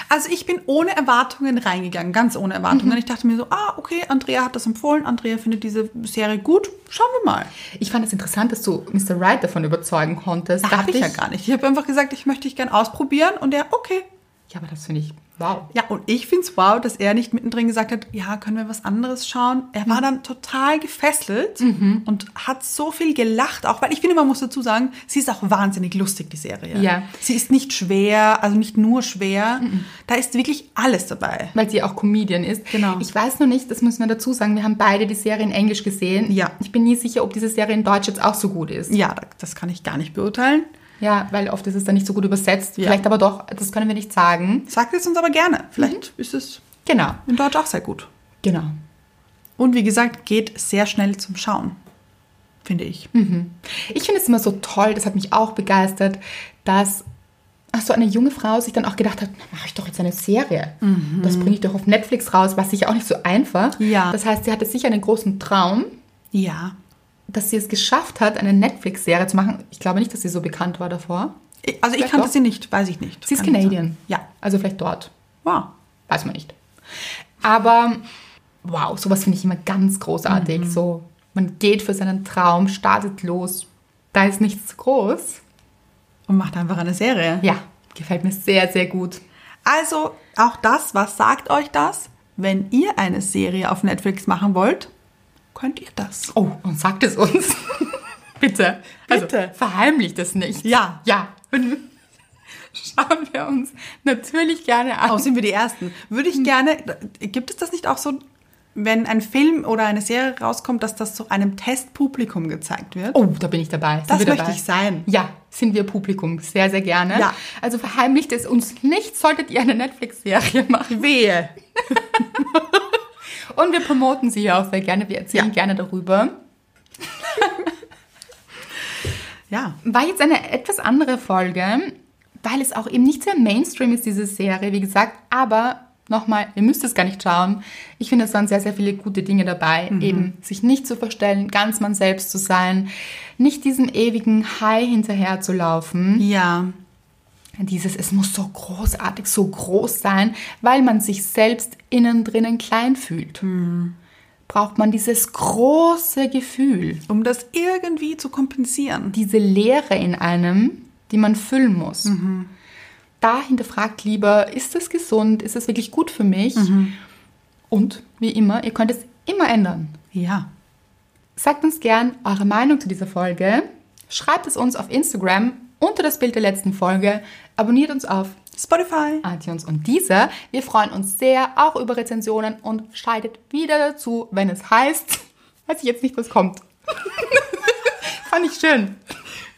Speaker 2: Also ich bin ohne Erwartungen reingegangen, ganz ohne Erwartungen. Ich dachte mir so, ah, okay, Andrea hat das empfohlen, Andrea findet diese Serie gut, schauen wir mal.
Speaker 1: Ich fand es interessant, dass du Mr. Wright davon überzeugen konntest.
Speaker 2: Das dachte ich ja gar nicht. Ich habe einfach gesagt, ich möchte dich gern ausprobieren und er, okay.
Speaker 1: Ja, aber das finde ich wow.
Speaker 2: Ja, und ich finde es wow, dass er nicht mittendrin gesagt hat, ja, können wir was anderes schauen. Er war dann total gefesselt und hat so viel gelacht, auch weil ich finde, man muss dazu sagen, sie ist auch wahnsinnig lustig, die Serie.
Speaker 1: Ja.
Speaker 2: Sie ist nicht schwer, also nicht nur schwer. Da ist wirklich alles dabei.
Speaker 1: weil sie auch Comedian ist.
Speaker 2: Genau.
Speaker 1: Ich weiß nur nicht, das müssen wir dazu sagen, wir haben beide die Serie in Englisch gesehen.
Speaker 2: Ja.
Speaker 1: Ich bin nie sicher, ob diese Serie in Deutsch jetzt auch so gut ist.
Speaker 2: Ja, da- das kann ich gar nicht beurteilen.
Speaker 1: Ja, weil oft ist es dann nicht so gut übersetzt. Vielleicht aber doch, das können wir nicht sagen.
Speaker 2: Sagt es uns aber gerne.
Speaker 1: Mhm.
Speaker 2: Vielleicht ist es
Speaker 1: Genau.
Speaker 2: in Deutsch auch sehr gut.
Speaker 1: Genau.
Speaker 2: Und wie gesagt, geht sehr schnell zum Schauen. Finde ich.
Speaker 1: Mhm. Ich finde es immer so toll, das hat mich auch begeistert, dass ach so eine junge Frau sich dann auch gedacht hat, na, mache ich doch jetzt eine Serie. Das bringe ich doch auf Netflix raus, was sicher auch nicht so einfach.
Speaker 2: Mhm. Ja.
Speaker 1: Das heißt, sie hatte sicher einen großen Traum,
Speaker 2: Ja.
Speaker 1: dass sie es geschafft hat, eine Netflix-Serie zu machen. Ich glaube nicht, dass sie so bekannt war davor.
Speaker 2: Ich- Also ich
Speaker 1: Vielleicht
Speaker 2: kannte
Speaker 1: doch.
Speaker 2: sie nicht, weiß ich nicht.
Speaker 1: Sie ist
Speaker 2: Kann nicht
Speaker 1: Canadian.
Speaker 2: sagen. Ja.
Speaker 1: Also vielleicht dort.
Speaker 2: Wow.
Speaker 1: Weiß man nicht. Aber wow, sowas finde ich immer ganz großartig. So, man geht für seinen Traum, startet los. Da ist nichts zu groß.
Speaker 2: Und macht einfach eine Serie.
Speaker 1: Ja, gefällt mir sehr, sehr gut.
Speaker 2: Also auch das, was sagt euch das? Wenn ihr eine Serie auf Netflix machen wollt, könnt ihr das.
Speaker 1: Oh, und sagt es uns. Bitte. Also,
Speaker 2: Bitte.
Speaker 1: Verheimlicht es nicht.
Speaker 2: Ja.
Speaker 1: Ja. Und schauen wir uns natürlich gerne an. Mhm.
Speaker 2: Oh, sind wir die Ersten. Würde ich gerne, gibt es das nicht auch so wenn ein Film oder eine Serie rauskommt, dass das zu einem Testpublikum gezeigt wird.
Speaker 1: Oh, da bin ich dabei. Sind
Speaker 2: Das
Speaker 1: wir dabei?
Speaker 2: möchte ich sein.
Speaker 1: Ja, sind wir Publikum. Sehr, sehr gerne.
Speaker 2: Ja.
Speaker 1: Also verheimlicht es uns nicht, solltet ihr eine Netflix-Serie machen.
Speaker 2: Wehe.
Speaker 1: Und wir promoten sie ja auch sehr gerne. Wir erzählen
Speaker 2: Ja.
Speaker 1: gerne darüber.
Speaker 2: Ja.
Speaker 1: War jetzt eine etwas andere Folge, weil es auch eben nicht sehr Mainstream ist, diese Serie, wie gesagt. Aber nochmal, ihr müsst es gar nicht schauen. Ich finde, es waren sehr, sehr viele gute Dinge dabei.
Speaker 2: Mhm.
Speaker 1: Eben sich nicht zu verstellen, ganz man selbst zu sein, nicht diesem ewigen High hinterherzulaufen.
Speaker 2: Ja.
Speaker 1: Dieses, es muss so großartig, so groß sein, weil man sich selbst innen drinnen klein fühlt. Braucht man dieses große Gefühl,
Speaker 2: Um das irgendwie zu kompensieren.
Speaker 1: diese Leere in einem, die man füllen muss. Da hinterfragt lieber, ist es gesund, ist es wirklich gut für mich? Und wie immer, ihr könnt es immer ändern.
Speaker 2: Ja.
Speaker 1: Sagt uns gern eure Meinung zu dieser Folge. Schreibt es uns auf Instagram unter das Bild der letzten Folge. Abonniert uns auf
Speaker 2: Spotify.
Speaker 1: iTunes und dieser. Wir freuen uns sehr auch über Rezensionen und schaltet wieder dazu, wenn es heißt, weiß ich jetzt nicht, was kommt. Fand ich schön.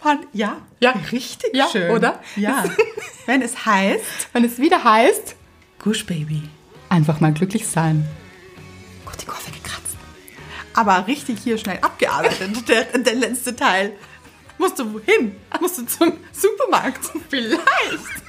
Speaker 2: Mann, ja.
Speaker 1: Ja.
Speaker 2: Richtig
Speaker 1: Ja,
Speaker 2: schön.
Speaker 1: oder?
Speaker 2: Ja. Wenn es heißt,
Speaker 1: Wenn es wieder heißt,
Speaker 2: Gush Baby.
Speaker 1: einfach mal glücklich sein. Gut, die Kurve gekratzt.
Speaker 2: Aber richtig hier schnell abgearbeitet, der, der letzte Teil. Musst du wohin? Musst du zum Supermarkt? Vielleicht.